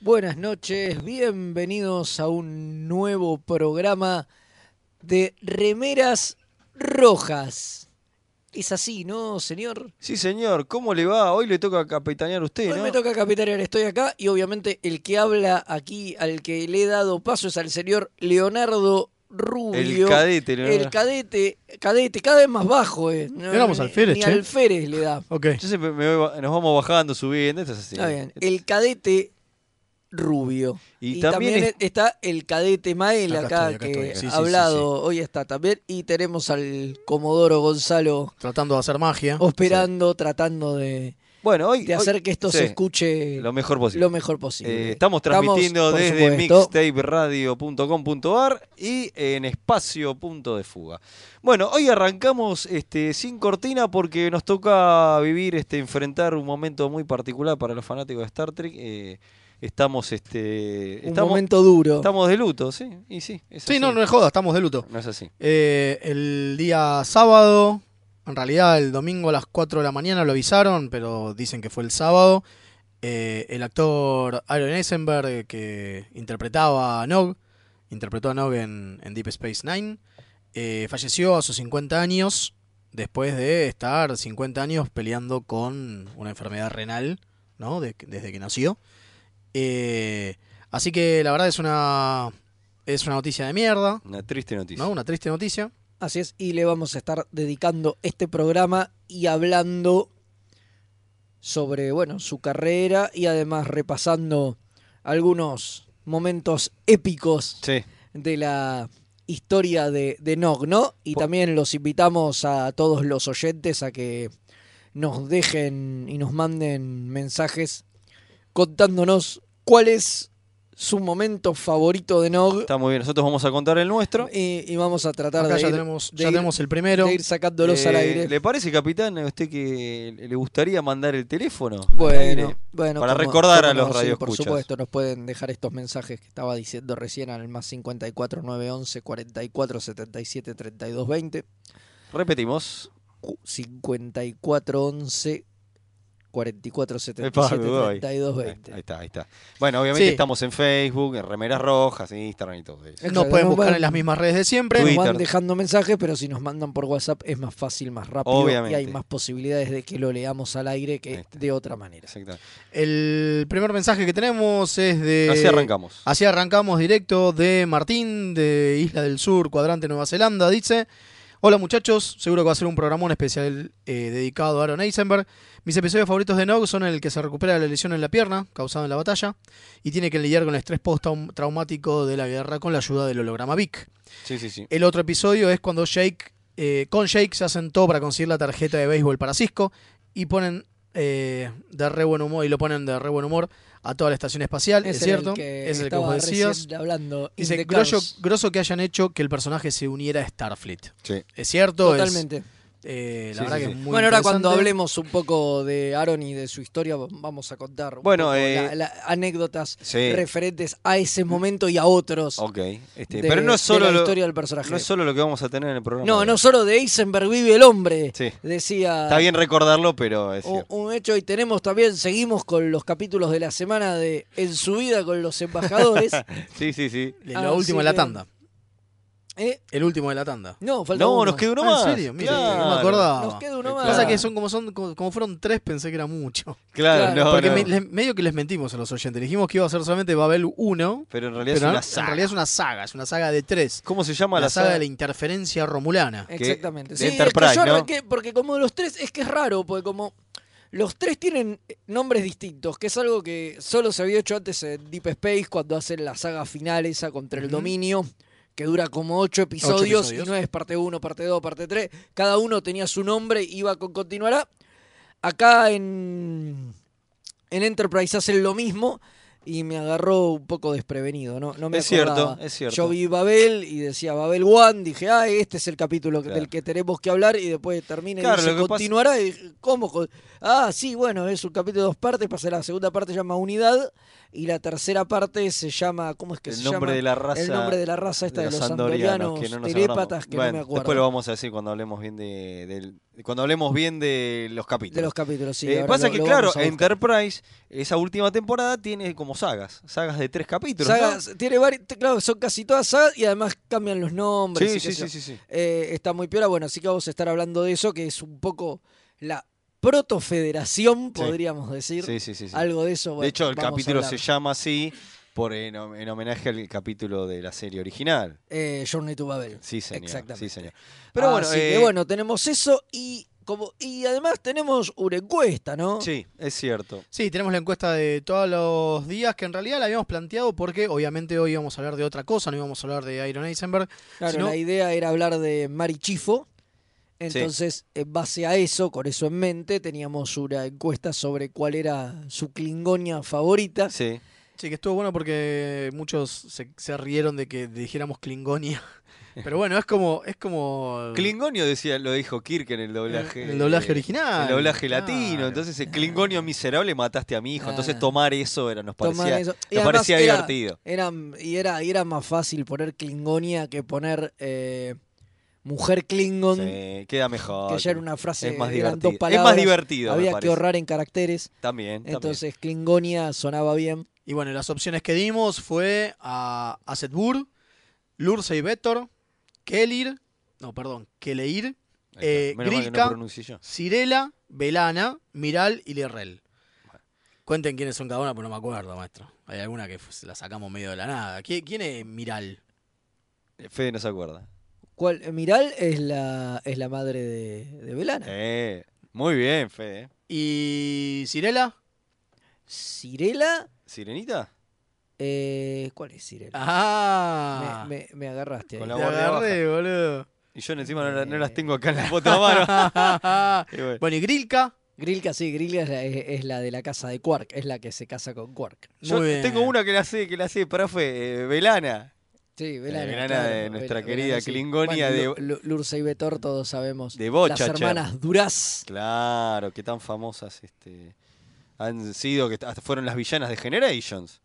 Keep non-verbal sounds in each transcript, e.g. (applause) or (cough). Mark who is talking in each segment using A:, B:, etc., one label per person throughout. A: Buenas noches, bienvenidos a un nuevo programa de Remeras Rojas. Es así, ¿no, señor?
B: Sí, señor, ¿cómo le va? Hoy le toca capitanear a usted,
A: Hoy
B: ¿no?
A: me toca capitanear, estoy acá y obviamente el que habla aquí, al que le he dado paso es al señor Leonardo Rubio.
B: El cadete, Leonardo.
A: El cadete, cadete, cada vez más bajo, ¿eh? No,
C: Éramos
A: ni-
C: alférez,
A: Ni
C: che.
A: alférez le da.
C: Ok.
B: Entonces me- me voy- nos vamos bajando, subiendo, esto es así. Este,
A: Está bien. Este, El cadete Rubio.
B: Y
A: Y,
B: también
A: también,
B: es-
A: e- está el cadete Mael
C: Acá
A: acá,
C: estoy, acá
A: que
C: estoy. Sí, sí,
A: ha
C: sí,
A: hablado hoy está también. Y tenemos al Comodoro Gonzalo
C: Tratando de hacer magia.
A: Oh, operando, tratando de,
B: Bueno, hoy...
A: de
B: hoy-
A: hacer que esto
B: sí,
A: se escuche
B: Lo mejor posible.
A: lo mejor posible.
B: Eh, estamos transmitiendo
A: por
B: desde
A: supuesto,
B: mixtaperadio.com.ar y en espacio punto de fuga. Bueno, hoy arrancamos este, sin cortina porque nos toca vivir, este, enfrentar un momento muy particular para los fanáticos de Star Trek. Eh, estamos, este,
A: Un
B: estamos,
A: momento duro.
B: estamos de luto, sí, y sí. es
C: Sí,
B: así.
C: no, no es joda, estamos de luto.
B: no es así.
C: Eh, el día sábado, en realidad el domingo a las 4 de la mañana lo avisaron, pero dicen que fue el sábado. Eh, el actor Aaron Eisenberg, eh, que interpretaba a Nog, interpretó a Nog en, en Deep Space Nine, eh, falleció a sus 50 años después de estar 50 años peleando con una enfermedad renal, ¿no? De- desde que nació. Eh, así que la verdad es una, es una noticia de mierda,
B: Una triste noticia.
C: ¿no? Una triste noticia.
A: Así es, y le vamos a estar dedicando este programa y hablando sobre, bueno, su carrera y además repasando algunos momentos épicos
B: Sí.
A: de la historia de, de Nog, ¿no? Y
B: Po-
A: también los invitamos a todos los oyentes a que nos dejen y nos manden mensajes contándonos cuál es su momento favorito de Nog
B: Está muy bien, nosotros vamos a contar el nuestro.
A: y, y vamos a tratar
C: Acá
A: de
C: ya,
A: ir-
C: tenemos,
A: de
C: ya
A: ir-
C: tenemos el primero.
A: de ir sacándolos
B: Eh,
A: al aire.
B: ¿Le parece, capitán, a usted que le gustaría mandar el teléfono? al
A: Bueno,
B: aire?
A: bueno,
B: Para recordar a los
A: sí, Por
B: radioescuchas.
A: supuesto, nos pueden dejar estos mensajes que estaba diciendo recién al más 54 911 44 77 32 20.
B: Repetimos.
A: cu- 54 11 44
B: Epa,
A: 77
B: me voy.
A: 32
B: Ahí
A: 20.
B: ahí está, ahí está. Bueno, obviamente
C: Sí.
B: estamos en Facebook, en Remeras Rojas, en Instagram y todo eso.
A: Exacto,
C: Nos pueden
A: nos
C: buscar
A: van-
C: en las mismas redes de siempre.
A: Nos
B: Twitter.
A: van dejando mensajes, pero si nos mandan por WhatsApp es más fácil, más rápido y hay
B: Obviamente.
A: más posibilidades de que lo leamos al aire
B: Ahí
A: que
B: está.
A: de otra manera.
B: Exactamente.
C: El primer mensaje que tenemos es de.
B: Así arrancamos.
A: ah,
C: Así arrancamos directo de Martín, de Isla del Sur, cuadrante Nueva Zelanda. Dice: Hola muchachos, seguro que va a ser un programón especial eh, dedicado a Aaron Eisenberg. Mis episodios favoritos de Nog son el que se recupera la lesión en la pierna causada en la batalla y tiene que lidiar con el estrés post-traumático de la guerra con la ayuda del holograma Vic.
B: Sí, sí, sí.
C: El otro episodio es cuando Jake, eh, con Jake se hacen todo para conseguir la tarjeta de béisbol para Cisco y ponen eh, de re buen humor y lo ponen de re buen humor a toda la estación espacial, es
A: Ese era el
C: cierto,
A: que
C: es el que
A: estaba
C: vos decías.
A: recién hablando. in
C: Dice,
A: the
C: grosso,
A: cars".
C: grosso que hayan hecho que el personaje se uniera a Starfleet.
B: Sí.
C: Es cierto, es,
A: Totalmente.
C: eh, la
B: Sí,
C: verdad
B: sí,
C: que
B: sí.
C: es muy
A: bueno, ahora cuando
C: interesante.
A: hablemos un poco de Aaron y de su historia, vamos a contar un
B: Bueno,
A: poco
B: eh,
A: la- la- anécdotas
B: Sí.
A: referentes a ese momento y a otros.
B: Ok. este,
A: de-
B: pero no es, solo
A: de la
B: lo,
A: historia del personaje.
B: no es solo lo que vamos a tener en el programa.
A: No, no solo de Eisenberg vive el hombre,
B: Sí.
A: decía
B: Está bien recordarlo, pero es
A: un,
B: cierto.
A: un hecho. Y tenemos también, seguimos con los capítulos de la semana de En su vida con los
B: (laughs)
A: embajadores.
B: Sí, sí, sí.
C: Eh,
A: Ah,
C: Lo
A: sí,
C: último de la
A: que-
C: tanda.
A: Eh,
C: El último de la tanda.
A: No, falta
B: No,
A: uno.
B: nos quedó uno
C: Ah,
B: más.
C: ¿En serio? Mira,
B: Claro.
C: no me acordaba.
A: Nos queda uno más.
C: Pasa
B: Claro.
C: que son como son como como fueron tres, pensé que era mucho.
B: Claro,
A: Claro.
B: no,
C: Porque
B: no.
C: me- les- medio que les mentimos a los oyentes. Les dijimos que iba a ser solamente Babel 1,
B: Pero en realidad
C: pero
B: es
C: en-
B: una saga.
C: en realidad es una saga, es una saga de tres.
B: ¿Cómo se llama
C: La,
B: la,
C: saga, de la interferencia romulana.
B: que-
A: Exactamente.
B: de
A: Sí, es que
B: Enterprise,
A: yo
B: ¿no?
A: arranqué, porque como los tres, es que es raro, porque como los tres tienen nombres distintos, que es algo que solo se había hecho antes en Deep Space cuando hacen la saga final esa contra el
C: Ujú.
A: dominio, que dura como ocho episodios, y
C: episodios.
A: no es parte uno, parte dos, parte tres. Cada uno tenía su nombre, iba con continuará. Acá en, en Enterprise hacen lo mismo. Y me agarró un poco desprevenido, ¿no? No me
B: Es cierto,
A: acordaba.
B: es cierto.
A: Yo vi Babel y decía Babel One, dije, ah, este es el capítulo que-
B: Claro.
A: del que tenemos que hablar y después termina
B: Claro,
A: y dice,
B: lo que pasa-
A: continuará. Y dije, ¿Cómo? co- Ah, sí, bueno, es un capítulo de dos partes, pasa la segunda parte se llama Unidad y la tercera parte se llama, ¿cómo es que
B: el
A: se
B: nombre
A: llama?
B: de la raza.
A: el nombre de la raza esta de los,
B: andorianos,
A: andorianos,
B: que no nos
A: telépatas,
B: acordamos.
A: que no
B: Bueno,
A: me acuerdo.
B: Después lo vamos a decir cuando hablemos bien de, del- Cuando hablemos bien de los capítulos.
A: De los capítulos, sí.
B: Eh,
A: ahora
B: pasa
A: lo-
B: que,
A: lo
B: claro,
A: vamos a buscar.
B: Enterprise, esa última temporada tiene como sagas, sagas de tres capítulos. ¿no?
A: Sagas, tiene varias, claro, son casi todas sagas y además cambian los nombres.
B: Sí,
A: y qué
B: sí,
A: sé yo.
B: sí, sí, sí.
A: Eh, está muy piola. Bueno, así que vamos a estar hablando de eso, que es un poco la protofederación, podríamos decir.
B: Sí, sí, sí, sí.
A: Algo de eso. bueno,
B: de hecho, el
A: vamos a
B: capítulo
A: hablar.
B: se llama así por en, en homenaje al capítulo de la serie original.
A: Eh, Journey to Babel.
B: Sí, señor.
A: Exactamente.
B: Sí, señor. Ah,
A: Pero bueno,
B: Así que,
A: eh, bueno, tenemos eso y como y además tenemos una encuesta, ¿no?
B: Sí, es cierto.
C: Sí, tenemos la encuesta de todos los días que en realidad la habíamos planteado porque obviamente hoy íbamos a hablar de otra cosa, no íbamos a hablar de Iron Eisenberg.
A: Claro,
C: Si no-
A: la idea era hablar de Mari Chifo. Entonces, en base a eso, con eso en mente, teníamos una encuesta sobre cuál era su Klingonia favorita.
B: Sí.
C: Sí, que estuvo bueno porque muchos se, se rieron de que dijéramos Klingonia. (laughs) Pero bueno, es como... Es como
B: Klingonio decía, lo dijo Kirk en el doblaje.
C: El doblaje
B: eh,
C: original.
B: El doblaje
C: Claro.
B: latino. Entonces, el Klingonio miserable mataste a mi hijo. Entonces,
A: Ah.
B: tomar eso era, nos
A: Tomar
B: parecía,
A: eso.
B: nos
A: además
B: parecía
A: era-
B: divertido.
A: Era, y, era, y era más fácil poner Klingonia que poner eh, mujer Klingon,
B: Sí, queda mejor.
A: que ya era una frase,
B: es más
A: eran
B: divertido.
A: dos palabras.
B: es más divertido, me
A: Había que
B: parece.
A: ahorrar en caracteres.
B: También, también.
A: Entonces, Klingonia sonaba bien.
C: Y bueno, las opciones que dimos fue a Asetbur, Lurce y Vector, Kelir, no, perdón, Keleir,
B: Ahí está.
C: eh,
B: Menos mal que
C: Grilka-
B: no pronuncié yo.
C: Cirela, Velana, Miral y Lirrel. Cuenten quiénes son cada una, pues no me acuerdo, maestro. Hay alguna que pues, la sacamos medio de la nada. ¿Qui- ¿Quién es Miral?
B: Eh, Fede no se acuerda.
A: ¿Cuál? Miral es la, es la madre de, de Belana.
B: Eh, muy bien, Fede.
C: ¿Y Cirela?
A: Cirela.
B: ¿Sirenita?
A: eh, ¿Cuál es Cirela?
C: Ah,
A: Me, me- me agarraste
B: Con
A: ahí.
B: la
C: te
B: guardia
C: agarré, boludo.
B: Y yo encima no, la- no
A: Eh.
B: las tengo acá en la foto a
A: (laughs)
B: mano. Y bueno.
C: (laughs) bueno, y Grilka.
A: Grilka, sí, Grilka es la, es- es la de la casa de Quark, es la que se casa con Quark.
B: Yo
C: Muy bien.
B: tengo una que la sé, que la sé, profe, eh, Belana.
A: Sí,
B: Eh,
A: Belana.
B: Belana
A: claro,
B: de nuestra
A: Bel-
B: querida
A: Belana, sí.
B: Klingonia
A: Bueno,
B: de-
A: Lu- Lu- Lursa y Betor, todos sabemos.
B: De
A: Las
B: Bochacher.
A: hermanas Duraz.
B: Claro, qué tan famosas este, han sido, que hasta fueron las villanas de Generations.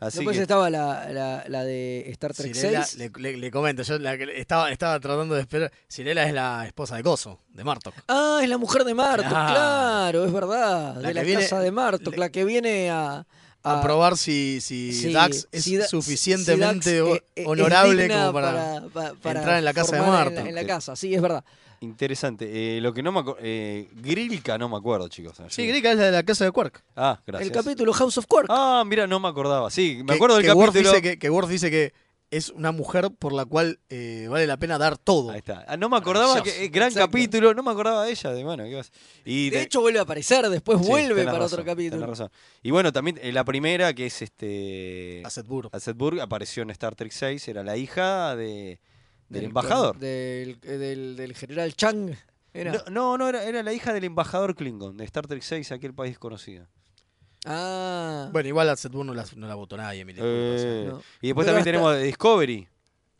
B: Así
A: Después
B: que
A: estaba la, la- la de Star Trek
C: Cirela,
A: 6.
C: le, le- le comento, yo la que- estaba, estaba tratando de esperar. Cirela es la esposa de Gozo, de Martok.
A: Ah, es la mujer de Martok,
C: Claro.
A: claro, es verdad.
C: La
A: de
C: que
A: la
C: viene-
A: casa de Martok,
C: le-
A: la que viene a.
C: A
A: a-
C: probar si, si
A: Ah, sí,
C: Dax es
A: si Da-
C: suficientemente
A: si Dax
C: o-
A: es- es
C: honorable
A: digna
C: como para...
A: para- pa-
C: entrar en la casa de
A: formar En la,
C: Martok.
A: en la casa, sí, es verdad.
B: interesante. Eh, lo que no me acuerdo, Grilka no me acuerdo, chicos.
C: Sí, Grilka es la de la casa de Quark.
B: Ah, gracias.
A: El capítulo House of Quark.
B: Ah, mira, no me acordaba. Sí, me
C: Que-
B: acuerdo del
C: que Worf
B: capítulo.
C: dice que, que Worf dice que es una mujer por la cual eh, vale la pena dar todo.
B: Ahí está. Ah, no me acordaba que eh, gran
A: Exacto.
B: capítulo, no me acordaba de ella, de bueno, ¿qué vas? Y
A: de
B: te-
A: hecho, vuelve a aparecer, después
B: sí,
A: vuelve
B: tenés
A: para
B: razón,
A: otro capítulo.
B: tenés razón. Y bueno, también eh, la primera que es este
C: A Seth Burr.
B: Azetburg apareció en Star Trek 6, era la hija de del
A: Del-
B: embajador.
A: Del, eh, del- del general Chang. Era.
B: No, no, no, era, era la hija del embajador Klingon de Star Trek 6, aquel país conocido.
A: Ah.
C: Bueno, igual a Seth Burr no la, no la votó nadie, mil disculpas, eh.
B: Eh,
A: no.
B: Y después
A: Pero
B: también
A: hasta-
B: tenemos Discovery.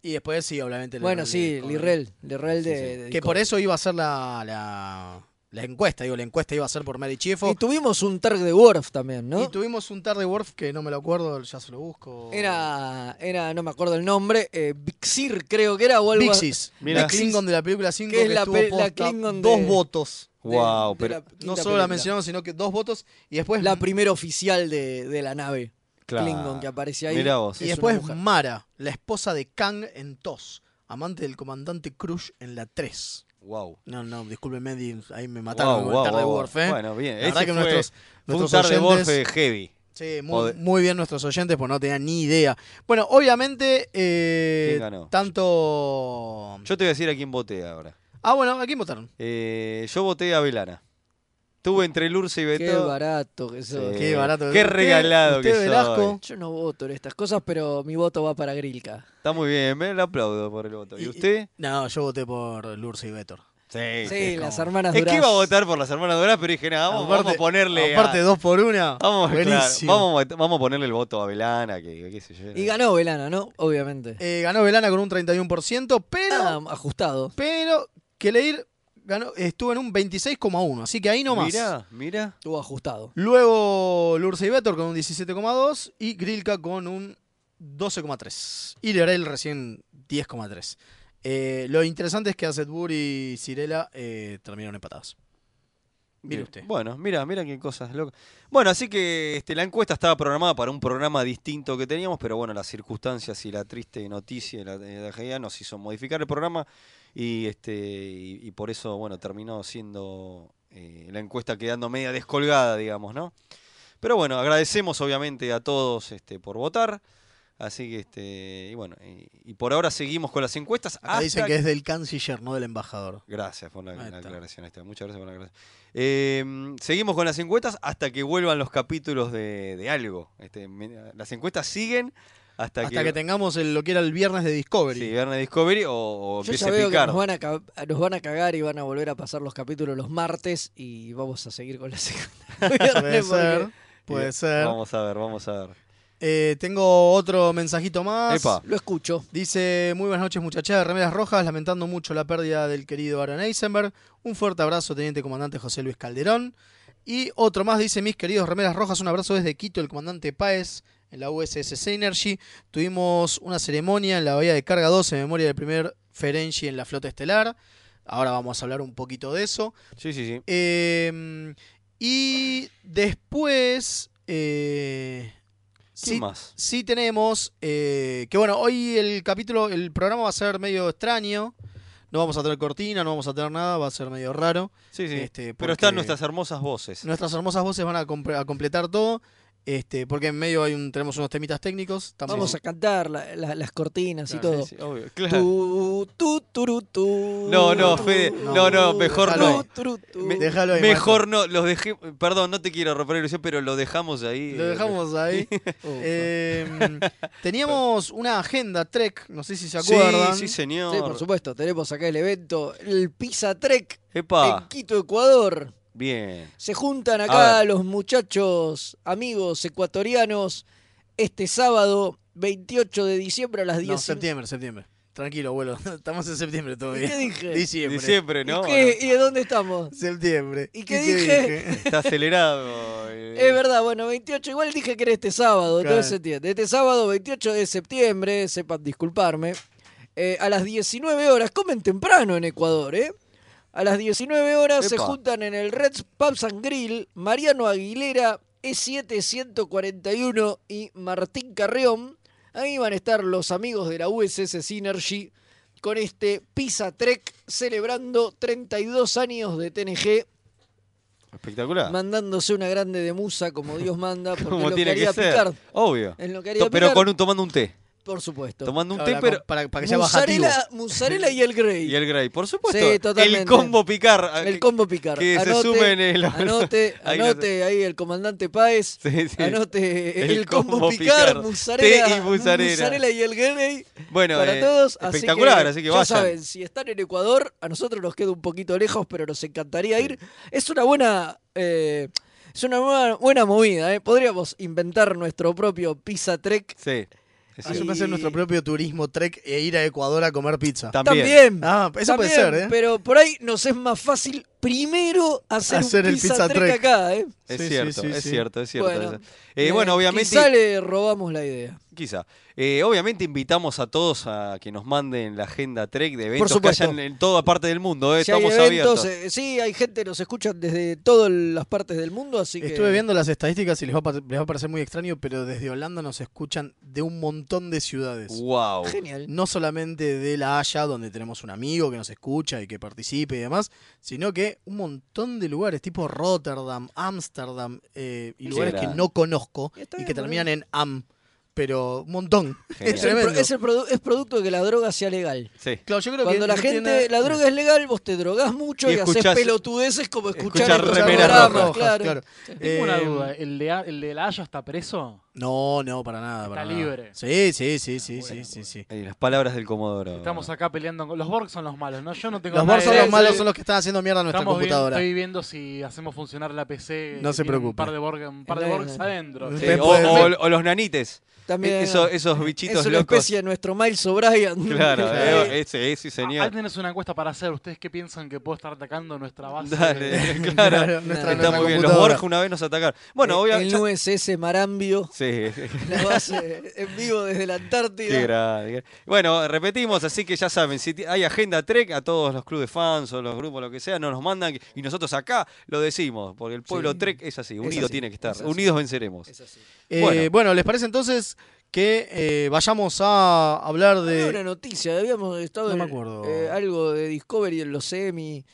C: Y después sí, obviamente.
A: Bueno,
C: Lirrel
A: sí,
C: de Conan.
A: Lirrel. Lirrel de,
B: Sí, sí.
A: de
C: Que por eso iba a ser la, la, la encuesta, digo, la encuesta iba a ser por Mary Chifo.
A: Y tuvimos un Targ de Worf también, ¿no?
C: Y tuvimos un tarde Worf que no me lo acuerdo, ya se lo busco.
A: Era, era, no me acuerdo el nombre, eh, Bixir creo que era o algo así.
C: Vixis.
B: Mira.
C: La Klingon de la película 5
A: Que
C: que,
A: es la
C: estuvo
A: pe- la
C: posta,
A: Klingon de-
C: dos votos.
B: Wow,
A: de
B: pero
A: la quinta
C: No solo
A: película.
C: la mencionamos, sino que dos votos. Y después,
A: La primera oficial de, de la nave
B: claro.
A: Klingon que aparece ahí.
B: Mirá vos.
C: y
A: es
C: después
A: una mujer.
C: Mara, la esposa de Kang en TOS, amante del comandante Crush en la 3.
B: Wow.
C: No, no, discúlpenme, di- ahí me mataron con el tarde Worf, ¿eh?
B: Bueno, bien.
C: La
B: Ese
C: verdad que
B: fue,
C: nuestros,
B: fue un
C: nuestros
B: tarde
C: oyentes-
B: Worf eh, heavy.
C: Sí, muy,
B: Poder-
C: muy bien nuestros oyentes, pues no tenían ni idea. Bueno, obviamente, eh,
B: ¿Quién ganó?
C: tanto...
B: Yo te voy a decir a quién voté ahora.
C: Ah, bueno, ¿a quién votaron?
B: Eh, yo voté a Belana. Tuve entre Lurce y
A: Qué
B: Beto.
A: barato que eso.
B: Sí.
C: Qué barato.
B: qué
C: Usted-
B: regalado
C: usted,
B: que
C: Velasco.
B: soy.
A: Yo no voto en estas cosas, pero mi voto va para Grilka.
B: Está muy bien, me lo aplaudo por el voto. ¿Y,
C: Y-
B: usted?
C: No, yo voté por Lurce y Vettor.
B: Sí.
A: Sí,
C: es
A: las
C: como-
A: hermanas
B: Es que
A: Duraz.
B: iba a votar por las hermanas Doras, pero dije, nada, vamos, vamos a ponerle. a-
C: Aparte, dos por una.
B: vamos, claro,
C: Buenísimo.
B: vamos, a- vamos a ponerle el voto a Belana, que qué sé yo.
A: Y ganó Velana, ¿no? Obviamente.
C: Eh, ganó Velana con un 31%, pero,
A: Ah, ajustado.
C: pero Keleir ganó, estuvo en un 26,1%, así que ahí nomás.
B: Mirá, mirá.
A: Estuvo ajustado.
C: Luego Lurce y Vettor con un 17,2% y Grilka con un 12,3%. Y Lirel recién 10,3%. Eh, lo interesante es que Acetbur y Cirela eh, terminaron empatadas. Mire
B: Mire.
C: usted.
B: Bueno, mira, mira qué cosas locas. Bueno, así que este, la encuesta estaba programada para un programa distinto que teníamos, pero bueno, las circunstancias y la triste noticia de la de la tragedia nos hizo modificar el programa y este y, y por eso, bueno, terminó siendo eh, la encuesta quedando media descolgada, digamos, ¿no? Pero bueno, agradecemos obviamente a todos este, por votar. Así que este, y bueno, y, y por ahora seguimos con las encuestas.
C: Acá dicen
B: hasta
C: que es del canciller, no del embajador.
B: Gracias por la,
C: Ahí
B: la
C: está.
B: aclaración. ahí está. Muchas gracias por la aclaración. Eh, seguimos con las encuestas hasta que vuelvan los capítulos de, de algo. Este, me- las encuestas siguen hasta,
C: Hasta que, tengamos el- lo que era el viernes de Discovery.
B: sí, Viernes Discovery o, o
A: Yo
B: empiece
A: ya
B: a
A: veo que
B: picar.
A: nos van a, ca- nos van a cagar y van a volver a pasar los capítulos los martes y vamos a seguir con la (laughs) segunda.
C: (laughs) Puede ser,
B: Eh,
C: puede ser.
B: Vamos a ver, vamos a ver.
C: Eh, tengo otro mensajito más.
B: Epa.
A: Lo escucho.
C: Dice, muy buenas noches muchachas de Remeras Rojas, lamentando mucho la pérdida del querido Aaron Eisenberg. Un fuerte abrazo, Teniente Comandante José Luis Calderón. Y otro más dice, mis queridos Remeras Rojas, un abrazo desde Quito, el Comandante Páez, en la USS Energy. Tuvimos una ceremonia en la Bahía de Carga 2 en memoria del primer Ferengi en la Flota Estelar. Ahora vamos a hablar un poquito de eso.
B: Sí, sí, sí.
C: Eh, y después... eh,
B: ¿Quién
C: sí-
B: más?
C: Sí tenemos, eh, que bueno, hoy el capítulo, el programa va a ser medio extraño. No vamos a tener cortina, no vamos a tener nada, va a ser medio raro.
B: Sí, sí.
C: este,
B: Pero
C: porque
B: están nuestras hermosas voces.
C: nuestras hermosas voces van a, compre- a completar todo. Este, porque en medio hay un, tenemos unos temitas técnicos. estamos- (laughs)
A: Vamos a cantar la- la- las cortinas y
C: Claro,
A: todo.
B: Ah, Sí, sí, obvio. Claro.
A: Tu, tu, turu, tu,
B: No, no,
A: tu,
B: Fede,
C: no, no, mejor
A: tu,
C: no.
A: turu, tu.
B: Me-
C: Déjalo ahí,
B: Mejor no, los dejé. Perdón, no te quiero romper la ilusión, pero lo dejamos ahí.
C: Lo
B: eh, (laughs)
C: dejamos ahí.
A: Oh,
C: Eh, teníamos una agenda Trek, no sé si se acuerdan.
B: Sí, sí, señor.
A: Sí, por supuesto, tenemos acá el evento, el Pizza Trek en
B: Epa,
A: Quito, Ecuador.
B: bien.
A: Se juntan
B: Ah. A
A: acá los muchachos, amigos ecuatorianos, este sábado 28 de diciembre a las
C: No,
A: 10.
C: septiembre, septiembre. Tranquilo, abuelo, (laughs) estamos en septiembre
A: ¿Y qué
C: todavía.
A: dije?
C: (laughs) Diciembre.
B: Diciembre, ¿no?
A: ¿Y, qué? ¿Y de dónde estamos?
C: Septiembre.
A: ¿Y qué dije?
B: (laughs) Está
A: (laughs)
B: acelerado. eh.
A: Es verdad, bueno, 28, igual dije que era este sábado,
C: Claro.
A: entonces se entiende. Este sábado 28 de septiembre, sepan disculparme, eh, a las 19 horas, comen temprano en Ecuador, ¿eh? A las 19 horas se
B: Epa.
A: juntan en el Reds Pubs and Grill Mariano Aguilera, E E7141 y Martín Carreón. Ahí van a estar los amigos de la USS Synergy con este Pizza Trek celebrando 32 años de TNG
B: (laughs) Espectacular.
A: mandándose una grande de musa como Dios manda, porque es
B: Como
A: lo
B: tiene
A: que
B: que
A: haría
B: ser.
A: Picard.
B: Obvio.
A: En lo que haría
B: To- Pero
A: Picard,
B: con un, tomando un té.
A: por supuesto.
B: Tomando un
C: Claro,
B: té,
C: la com-
B: pero.
C: para, para que sea bajativo.
A: Musarela, musarela y el Grey.
B: (laughs) Y el Grey, por supuesto.
A: Sí, totalmente.
B: El combo picar. ah,
A: El
B: que-
A: combo Picard.
B: que se
A: Anote,
B: sumen en la-
A: anote,
B: (laughs) Ahí no
A: anote ahí el comandante Páez.
B: (laughs) Sí, sí.
A: Anote
B: El
A: el, combo,
B: combo
A: Picard,
B: Picard.
A: musarela,
B: Té y musarela.
A: musarela y el Grey.
B: Bueno,
A: para
B: eh,
A: todos. Así
B: espectacular, así que,
A: ya
B: vayan.
A: saben, si están en Ecuador, a nosotros nos queda un poquito lejos, pero nos encantaría ir. Es una buena. eh, es una buena, buena movida, ¿eh? Podríamos inventar nuestro propio Pizza Trek.
B: Sí. es
C: Ah,
A: Sí.
C: Eso
B: cierto.
C: puede ser nuestro propio turismo trek e ir a Ecuador a comer pizza.
B: También.
A: También.
C: Ah, eso puede
A: también,
C: ser, ¿eh?
A: Pero por ahí nos es más fácil primero hacer,
C: Hacer
A: un
C: el
A: pizza,
C: Pizza
A: Trek,
C: Trek.
A: acá, ¿eh?
B: Es,
C: Sí, sí,
B: cierto,
C: sí,
B: es
C: sí.
B: cierto, es cierto,
A: Bueno.
B: Eh, bueno, obviamente.
A: Quizá le robamos la idea.
B: Quizá. Eh, obviamente invitamos a todos a que nos manden la agenda Trek de eventos que
A: supuesto.
B: hayan en toda parte del mundo. eh,
A: Si hay
B: Estamos
A: eventos,
B: abiertos.
A: eh, sí, hay gente que nos escucha desde todas las partes del mundo, así que...
C: Estuve viendo las estadísticas y les va, a pa- les va a parecer muy extraño, pero desde Holanda nos escuchan de un montón de ciudades.
B: Wow.
A: Genial.
C: No solamente de La Haya, donde tenemos un amigo que nos escucha y que participe y demás, sino que un montón de lugares, tipo Rotterdam, Ámsterdam, eh, y
A: Sí,
C: lugares
B: era.
C: que no conozco
A: Y
C: y,
A: está
C: que
A: bien,
C: terminan en AM, pero un montón.
B: Genial.
A: Es,
C: Es
A: el pro-
C: tremendo.
A: es el produ- es producto de que la droga sea legal.
B: Sí.
C: Claro, yo creo que
A: Cuando la
C: no
A: gente,
C: tiene-
A: la droga es legal, vos te drogás mucho
B: Y
A: y, haces
B: escuchás-
A: pelotudeces como escuchar,
B: escuchar
A: estos
B: remeras
A: programas,
B: rojas,
A: claro.
D: Tengo una
C: Eh,
D: duda. ¿El de, A- el de La Haya está preso?
C: No, no, para nada.
D: Está
C: para nada.
D: libre.
C: Sí, sí, sí, sí, sí,
D: bueno,
C: sí, sí.
B: Eh, las palabras del Comodoro.
D: Estamos acá peleando con... Los Borg son los malos, ¿no? Yo no tengo
C: Los
D: nada
C: Borg son
D: de-
C: los malos,
A: sí.
C: son los que están haciendo mierda a nuestra
D: Estamos bien-
C: computadora. (laughs)
D: estoy viendo si hacemos funcionar la PC.
C: No
D: que
C: se
D: tiene
C: preocupe.
D: Un par de Borg, un par de
A: No,
D: Borgs
A: no, no.
D: adentro.
B: Sí,
C: Usted
B: o,
C: puede-
B: o- o los nanites.
A: También
B: E-, Eso-
A: ah,
B: esos bichitos
A: es una
B: locos.
A: especie de nuestro Miles O'Brien.
B: Claro,
C: Claro.
A: (laughs)
B: eh, ese, ese, sí,
D: Ahí
A: Ah,
B: señor.
D: tenés una encuesta para hacer. ¿Ustedes qué piensan que puedo estar atacando nuestra
B: (laughs)
D: base?
B: Dale, claro.
A: nuestra-
B: Está muy bien. Los
C: computadora.
B: Borges una vez nos atacaron. Bueno,
A: Eh, El
B: obviamente.
A: nube ese Marambio,
B: Sí, (laughs) sí.
A: la base en vivo desde la
B: Qué
A: Antártida.
B: grande, qué- Bueno, repetimos, así que ya saben, si ti- hay agenda Trek a todos los clubes fans o los grupos, lo que sea, no nos mandan y nosotros acá lo decimos, porque el pueblo
A: Sí.
B: Trek es así, unido
A: así,
B: tiene que
A: es
B: estar,
A: así.
B: unidos venceremos.
A: Es así.
C: Eh,
B: Bueno.
C: bueno. ¿les parece entonces que eh, vayamos a hablar
A: Había una
C: de.
A: noticia, habíamos estado
C: No me
A: en,
C: acuerdo.
A: eh, algo de Discovery en los semi.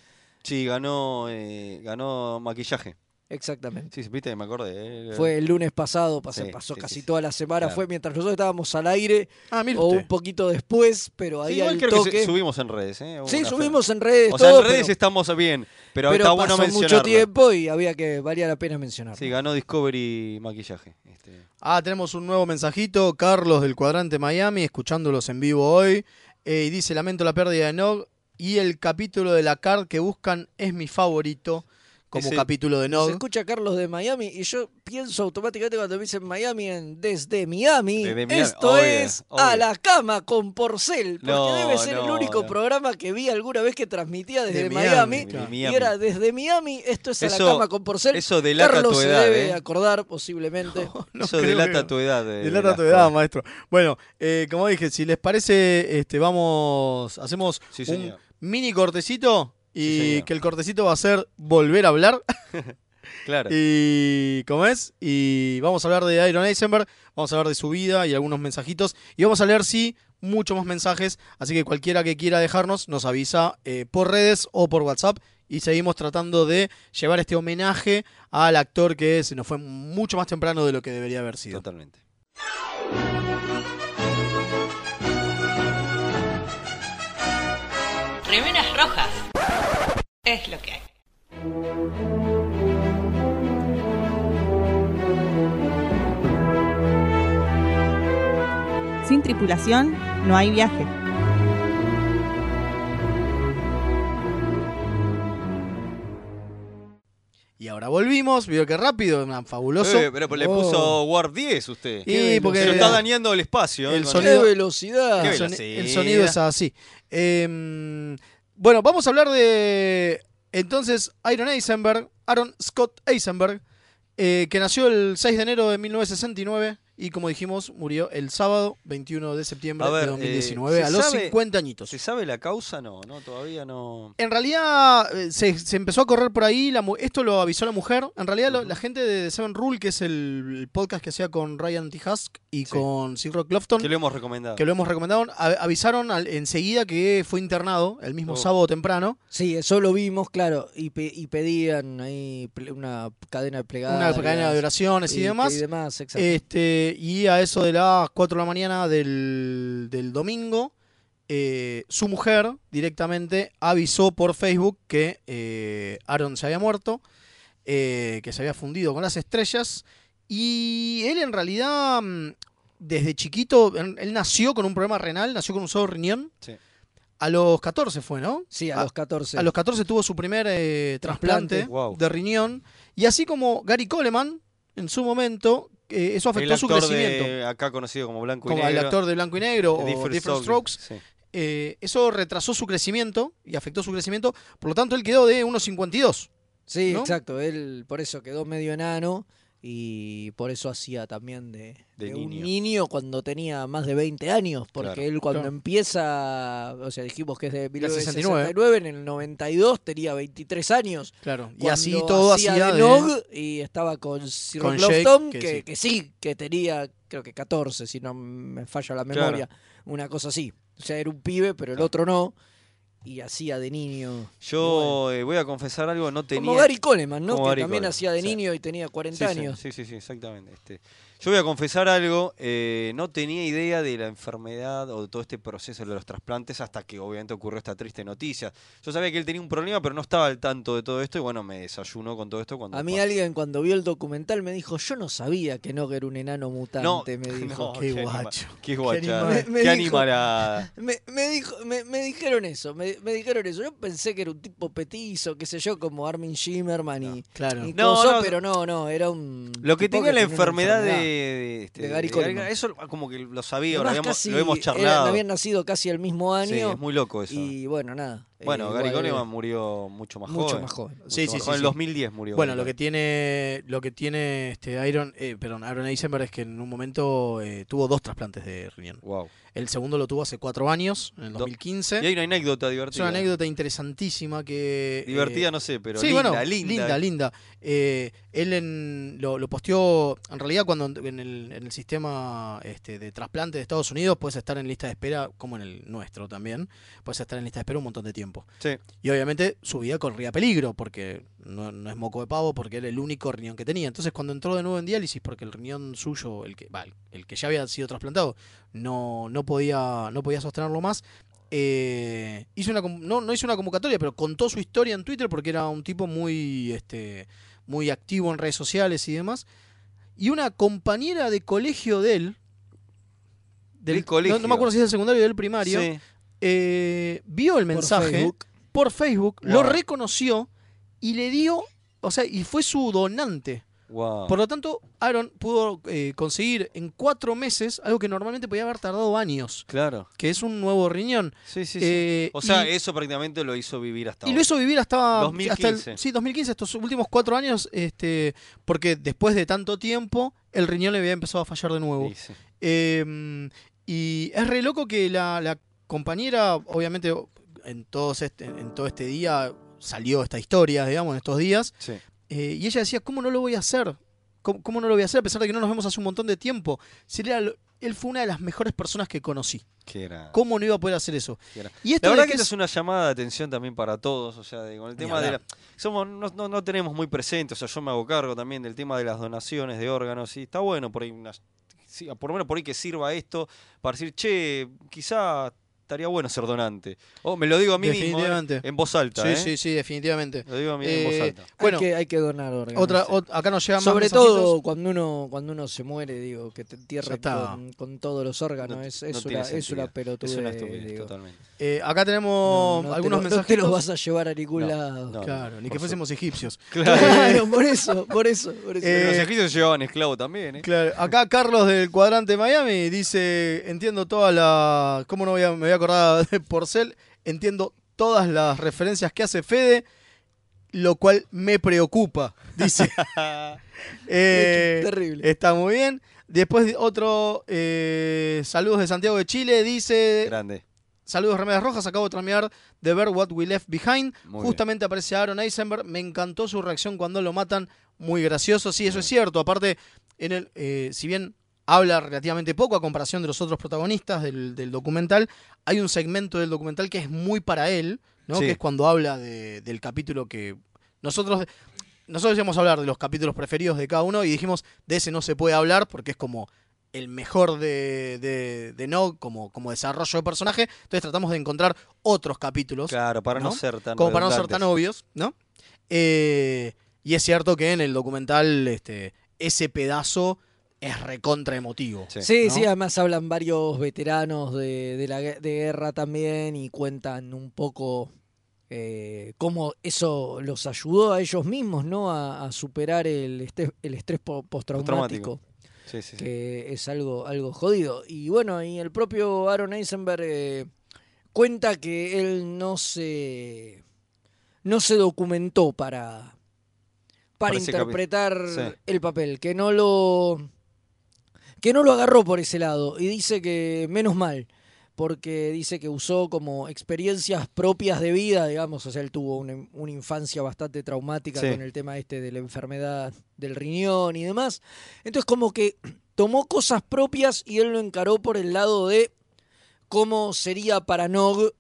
B: Sí, ganó, eh, ganó maquillaje.
A: Exactamente.
B: Sí, viste, me acordé. eh.
A: Fue el lunes pasado, pasó,
B: Sí,
A: pasó
B: sí,
A: casi
B: sí, sí.
A: toda la semana.
B: Claro.
A: Fue mientras nosotros estábamos al aire
C: Ah, mire
A: o
C: usted.
A: un poquito después, pero
B: Sí,
A: ahí
B: igual
A: al
B: creo
A: toque.
B: que se- subimos en redes, ¿eh? Hubo
A: sí,
B: una
A: subimos en redes.
B: fe- O sea,
A: todo,
B: en redes
A: pero,
B: estamos bien, pero,
A: pero
B: está bueno
A: pasó
B: mencionarlo.
A: mucho tiempo y había que valía la pena mencionarlo.
B: Sí, ganó Discovery maquillaje. este.
C: Ah, tenemos un nuevo mensajito. Carlos del Cuadrante Miami, escuchándolos en vivo hoy. Eh, y dice: Lamento la pérdida de Nog. Y el capítulo de la card que buscan es mi favorito como
B: Ese-
C: capítulo de
A: Nos
C: Nog.
A: escucha Carlos de Miami y yo pienso automáticamente cuando me dicen Miami en desde Miami.
B: Desde Miami,
A: Esto
B: obvio,
A: es
B: obvio.
A: a la cama con Porcel, porque
B: No,
A: debe ser el
B: no,
A: único
B: no.
A: programa que vi alguna vez que transmitía desde
C: De
A: Miami.
C: Miami,
B: De
C: claro.
A: Y
B: Miami.
A: era desde Miami, esto es a
B: Eso-
A: la cama con Porcel.
B: Eso delata
A: Carlos
B: tu
A: se
B: edad,
A: debe
B: ¿eh?
A: acordar posiblemente.
C: (laughs) (laughs)
B: (laughs)
C: No
B: Eso
C: creo
B: delata
C: que-
B: tu edad. eh,
C: (laughs) Delata tu
B: Velasco.
C: edad, maestro. Bueno, eh, como dije, si les parece, este, vamos, hacemos
B: Sí,
C: un
B: señor.
C: mini cortecito y
B: Sí, señor.
C: que el cortecito va a ser volver a hablar
B: Claro.
C: y cómo es y vamos a hablar de Iron Eisenberg, vamos a hablar de su vida y algunos mensajitos y vamos a leer sí muchos más mensajes, así que cualquiera que quiera dejarnos nos avisa eh, por redes o por WhatsApp y seguimos tratando de llevar este homenaje al actor que se nos fue mucho más temprano de lo que debería haber sido.
B: Totalmente.
E: Remeras rojas. Es lo que hay.
F: Sin tripulación no hay viaje.
C: Y ahora volvimos, vio que rápido, man, fabuloso.
B: Eh, pero le
C: Oh.
B: puso Warp 10 usted.
C: Y
A: Qué
C: porque
B: Se lo está
C: el-
B: dañando el espacio. ¿eh?
C: el
B: Con-
A: ¡Qué
C: sonido-
A: velocidad!
B: Qué
C: el, Ah, soni-
B: velocidad.
C: el sonido es así. Eh, bueno, vamos a hablar de entonces Iron Eisenberg, Aaron Scott Eisenberg, eh, que nació el 6 de enero de 1969 y como dijimos murió el sábado 21 de septiembre
B: A ver,
C: de
B: eh,
C: 2019
B: ¿se
C: a los
B: sabe-
C: 50 añitos.
B: ¿Se sabe la causa? No, no, todavía no.
C: En realidad eh, se, se empezó a correr por ahí, la mu- esto lo avisó la mujer. En realidad lo-
B: Ujú.
C: la gente de Seven Rule, que es el, el podcast que hacía con Ryan T. Husk y
B: Sí.
C: con Sir Rock Lofton,
B: Que lo hemos recomendado.
C: que lo hemos recomendado, a- avisaron al- enseguida que fue internado el mismo
B: Oh.
C: sábado temprano.
A: Sí, eso lo vimos, claro. Y, pe- y pedían ahí ple- una cadena de
C: una
A: plegarias.
C: cadena de oraciones y, demás.
A: Y demás, exacto.
C: este, y a eso de las 4 de la mañana del, del domingo, eh, su mujer directamente avisó por Facebook que eh, Aaron se había muerto, eh, que se había fundido con las estrellas. Y él en realidad, mm, desde chiquito, en- él nació con un problema renal, nació con un solo riñón.
B: Sí.
C: A los 14 fue, ¿no?
A: sí, a,
C: a-
A: los 14.
C: A los 14 tuvo su primer eh,
A: Trasplante.
C: trasplante
B: Wow.
C: de riñón. Y así como Gary Coleman, en su momento, eh, eso
B: El
C: afectó su
B: actor
C: crecimiento.
B: de, acá conocido como Blanco y
C: Como el
B: Negro.
C: actor de Blanco y Negro o Different, Strokes.
B: Sí.
C: eh, eso retrasó su crecimiento y afectó su crecimiento. Por lo tanto, él quedó de 1,52.
A: sí,
C: ¿no?
A: exacto. Él por eso quedó medio enano y por eso hacía también de,
B: De
A: de
B: niño.
A: un niño cuando tenía más de 20 años. Porque
B: Claro.
A: él cuando
C: Claro.
A: empieza, o sea, dijimos que es de
C: 69.
A: 1969, en el 92 tenía 23 años.
C: Claro. Y
A: cuando
C: así todo hacía,
A: de
C: de-
A: Nog y estaba con Sir
C: Con
A: Rock
C: Jake,
A: Lofton,
C: que
A: que,
C: sí.
A: que sí, que tenía creo que 14, si no me falla la
B: Claro.
A: memoria, una cosa así. O sea, era un pibe, pero el
B: Claro.
A: otro no, y hacía de niño.
B: Yo eh, voy a confesar algo, no tenía.
A: Como Gary Coleman, ¿no?
B: Como
A: Que
B: Gary
A: también
B: Coleman,
A: hacía de
B: sí.
A: niño y tenía 40
B: Sí, sí,
A: años.
B: Sí, sí, sí, exactamente. Este, yo voy a confesar algo, eh, no tenía idea de la enfermedad o de todo este proceso de los trasplantes hasta que obviamente ocurrió esta triste noticia. Yo sabía que él tenía un problema, pero no estaba al tanto de todo esto y bueno, me desayuno con todo esto cuando...
A: A mí
B: pasó.
A: alguien cuando vio el documental me dijo, yo no sabía que Nog era un enano mutante, me dijo.
B: (laughs) Oh, no,
C: Qué
B: anima-
C: guacho.
B: Qué guacha. eh,
C: animal.
A: Me- me
B: Qué
A: dijo- (laughs)
B: animalada.
A: Me, me dijo, me, me dijeron eso, me, me dijeron eso. Yo pensé que era un tipo petizo, qué sé yo, como Armin Shimerman y,
C: Claro.
A: y
B: No,
A: coso,
B: no,
A: pero no, no, era un.
B: Lo que
A: tipo
B: tenía la
A: una
B: enfermedad, de de, este,
A: De Gary Coleman.
B: Eso como que lo sabía, lo,
A: Además,
B: habíamos,
A: casi
B: lo hemos
A: eran-
B: charlado.
A: habían nacido casi el mismo año.
B: Sí, es muy loco eso.
A: Y bueno, nada.
B: bueno,
A: Eh,
B: Gary
A: igual,
B: Coleman murió mucho más
A: mucho
B: joven.
A: más joven.
C: Sí,
B: Mucho
C: sí,
B: más
C: sí,
B: joven. En
C: sí.
B: 2010 murió.
C: Bueno, lo
B: Gary
C: que tiene, lo que tiene este Iron, eh, perdón, Aaron Eisenberg es que en un momento eh, tuvo dos trasplantes de riñón.
B: Wow.
C: El segundo lo tuvo hace cuatro años, en el
B: Do-
C: 2015.
B: Y hay una anécdota
C: ¿Eh? es
B: divertida.
C: una anécdota interesantísima que... eh,
B: Divertida, no sé, pero
C: sí,
B: linda,
C: bueno,
B: linda.
C: linda. linda. Eh, él en- lo, lo posteó, en realidad cuando en en el, en el sistema este, de trasplante de Estados Unidos puedes estar en lista de espera, como en el nuestro también, puedes estar en lista de espera un montón de tiempo.
B: Sí.
C: Y obviamente su vida corría peligro, porque no, no es moco de pavo, porque era el único riñón que tenía. Entonces cuando entró de nuevo en diálisis, porque el riñón suyo, el que, va, el- el que ya había sido trasplantado, no, no, podía, no podía sostenerlo más, eh, hizo una, conv- no, no hizo una convocatoria, pero contó su historia en Twitter porque era un tipo muy, este, muy activo en redes sociales y demás. Y una compañera de colegio de él, del
B: Del colegio.
C: No, no me acuerdo si es del secundario o del primario,
B: Sí.
C: eh, vio el
A: Por
C: mensaje
A: Facebook.
C: por Facebook,
B: Wow.
C: lo reconoció y le dio, o sea, y fue su donante.
B: Wow.
C: Por lo tanto, Aaron pudo eh, conseguir en cuatro meses algo que normalmente podía haber tardado años,
B: Claro.
C: que es un nuevo riñón.
B: Sí, sí, sí.
C: Eh,
B: o sea,
C: y-
B: eso prácticamente lo hizo vivir hasta
C: Y
B: ahora.
C: lo hizo vivir hasta,
B: 2015.
C: hasta el- sí, 2015, estos últimos cuatro años, este, porque después de tanto tiempo, el riñón le había empezado a fallar de nuevo.
B: Sí, sí.
C: Eh, y es re loco que la, la compañera, obviamente, en, todos este, en todo este día salió esta historia, digamos, en estos días,
B: Sí.
C: eh, y ella decía, ¿cómo no lo voy a hacer? ¿Cómo, cómo no lo voy a hacer? A pesar de que no nos vemos hace un montón de tiempo. Si él, era lo- él fue una de las mejores personas que conocí.
B: Qué gran.
C: ¿Cómo no iba a poder hacer eso?
B: Qué gran-
C: Y esto
B: La verdad
C: de
B: que
C: que
B: esta
C: es-
B: es una llamada de atención también para todos, o sea, de- con el
C: Ni
B: tema de la,
C: hablar.
B: somos no, no, no tenemos muy presente, o sea, yo me hago cargo también del tema de las donaciones de órganos y está bueno por ahí una- sí, por lo menos por ahí que sirva esto para decir, "Che, quizá estaría bueno ser donante." O me lo digo a mí mismo ¿eh?
C: Definitivamente.
B: en voz alta, ¿eh?
C: Sí, sí, sí, definitivamente.
B: Lo digo a mí en
C: Eh,
B: voz alta.
A: Hay,
C: Bueno,
A: que, hay que donar órganos.
C: otra, ot- acá nos llegan más
A: Sobre
C: mensajitos.
A: todo cuando uno cuando uno se muere, digo, que te
C: Ya
A: entierren
C: está.
A: con, con todos los órganos.
B: No-
A: es, es,
B: no tiene
A: una, es
B: sentido.
A: una pelotudez,
B: Es una estupidez
A: digo.
B: totalmente.
C: Eh, acá
A: No,
C: tenemos
A: no te
C: algunos
A: lo- no te
C: mensajitos.
A: los vas a llevar a ningún
B: No,
A: lado.
B: no.
C: Claro, ni
B: Por
C: que
B: su-
C: fuésemos egipcios.
A: (laughs) Claro,
C: (laughs)
A: por eso, por eso. Por eso.
C: Eh,
B: Los egipcios llevaban esclavos también, ¿eh?
C: Claro, acá Carlos del cuadrante Miami dice, entiendo todas las, ¿cómo no voy a- me voy a acordar de (laughs) Porcel? Entiendo todas las referencias que hace Fede, lo cual me preocupa, dice. Eh,
A: Terrible.
C: está muy bien. Después de- otro, eh, saludos de Santiago de Chile, dice,
B: Grande.
C: saludos Remedas Rojas, acabo de terminar de ver What We Left Behind.
B: Muy
C: Justamente aparece Aaron Eisenberg. Me encantó su reacción cuando lo matan. Muy gracioso. Sí, eso es cierto. Aparte, en el, eh, si bien habla relativamente poco a comparación de los otros protagonistas del, del documental, hay un segmento del documental que es muy para él, ¿no?
B: Sí.
C: que es cuando habla de- del capítulo que nosotros... Nosotros íbamos a hablar de los capítulos preferidos de cada uno y dijimos, de ese no se puede hablar porque es como el mejor de, de, de No como, como desarrollo de personaje. Entonces tratamos de encontrar otros capítulos
B: Claro, para no,
C: ¿no?
B: ser tan
C: como para no ser tan
B: redundantes.
C: obvios, ¿no? Eh, y es cierto que en el documental este, ese pedazo es recontra emotivo.
B: Sí.
A: Sí,
C: ¿no?
A: sí, además hablan varios veteranos de, de la gue- de guerra también y cuentan un poco eh, cómo eso los ayudó a ellos mismos, ¿no? A, a superar el, este- el estrés po- postraumático,
B: Sí, sí, sí.
A: que es algo, algo jodido. Y bueno, y el propio Aaron Eisenberg eh, cuenta que él no se, no se documentó para, para
B: Para ese capi-
A: interpretar
B: sí.
A: el papel, que no lo que no lo agarró por ese lado y dice que menos mal, porque dice que usó como experiencias propias de vida, digamos, o sea, él tuvo una, una infancia bastante traumática
B: Sí.
A: con el tema este de la enfermedad del riñón y demás. Entonces como que (clears throat) tomó cosas propias y él lo encaró por el lado de cómo sería para Nog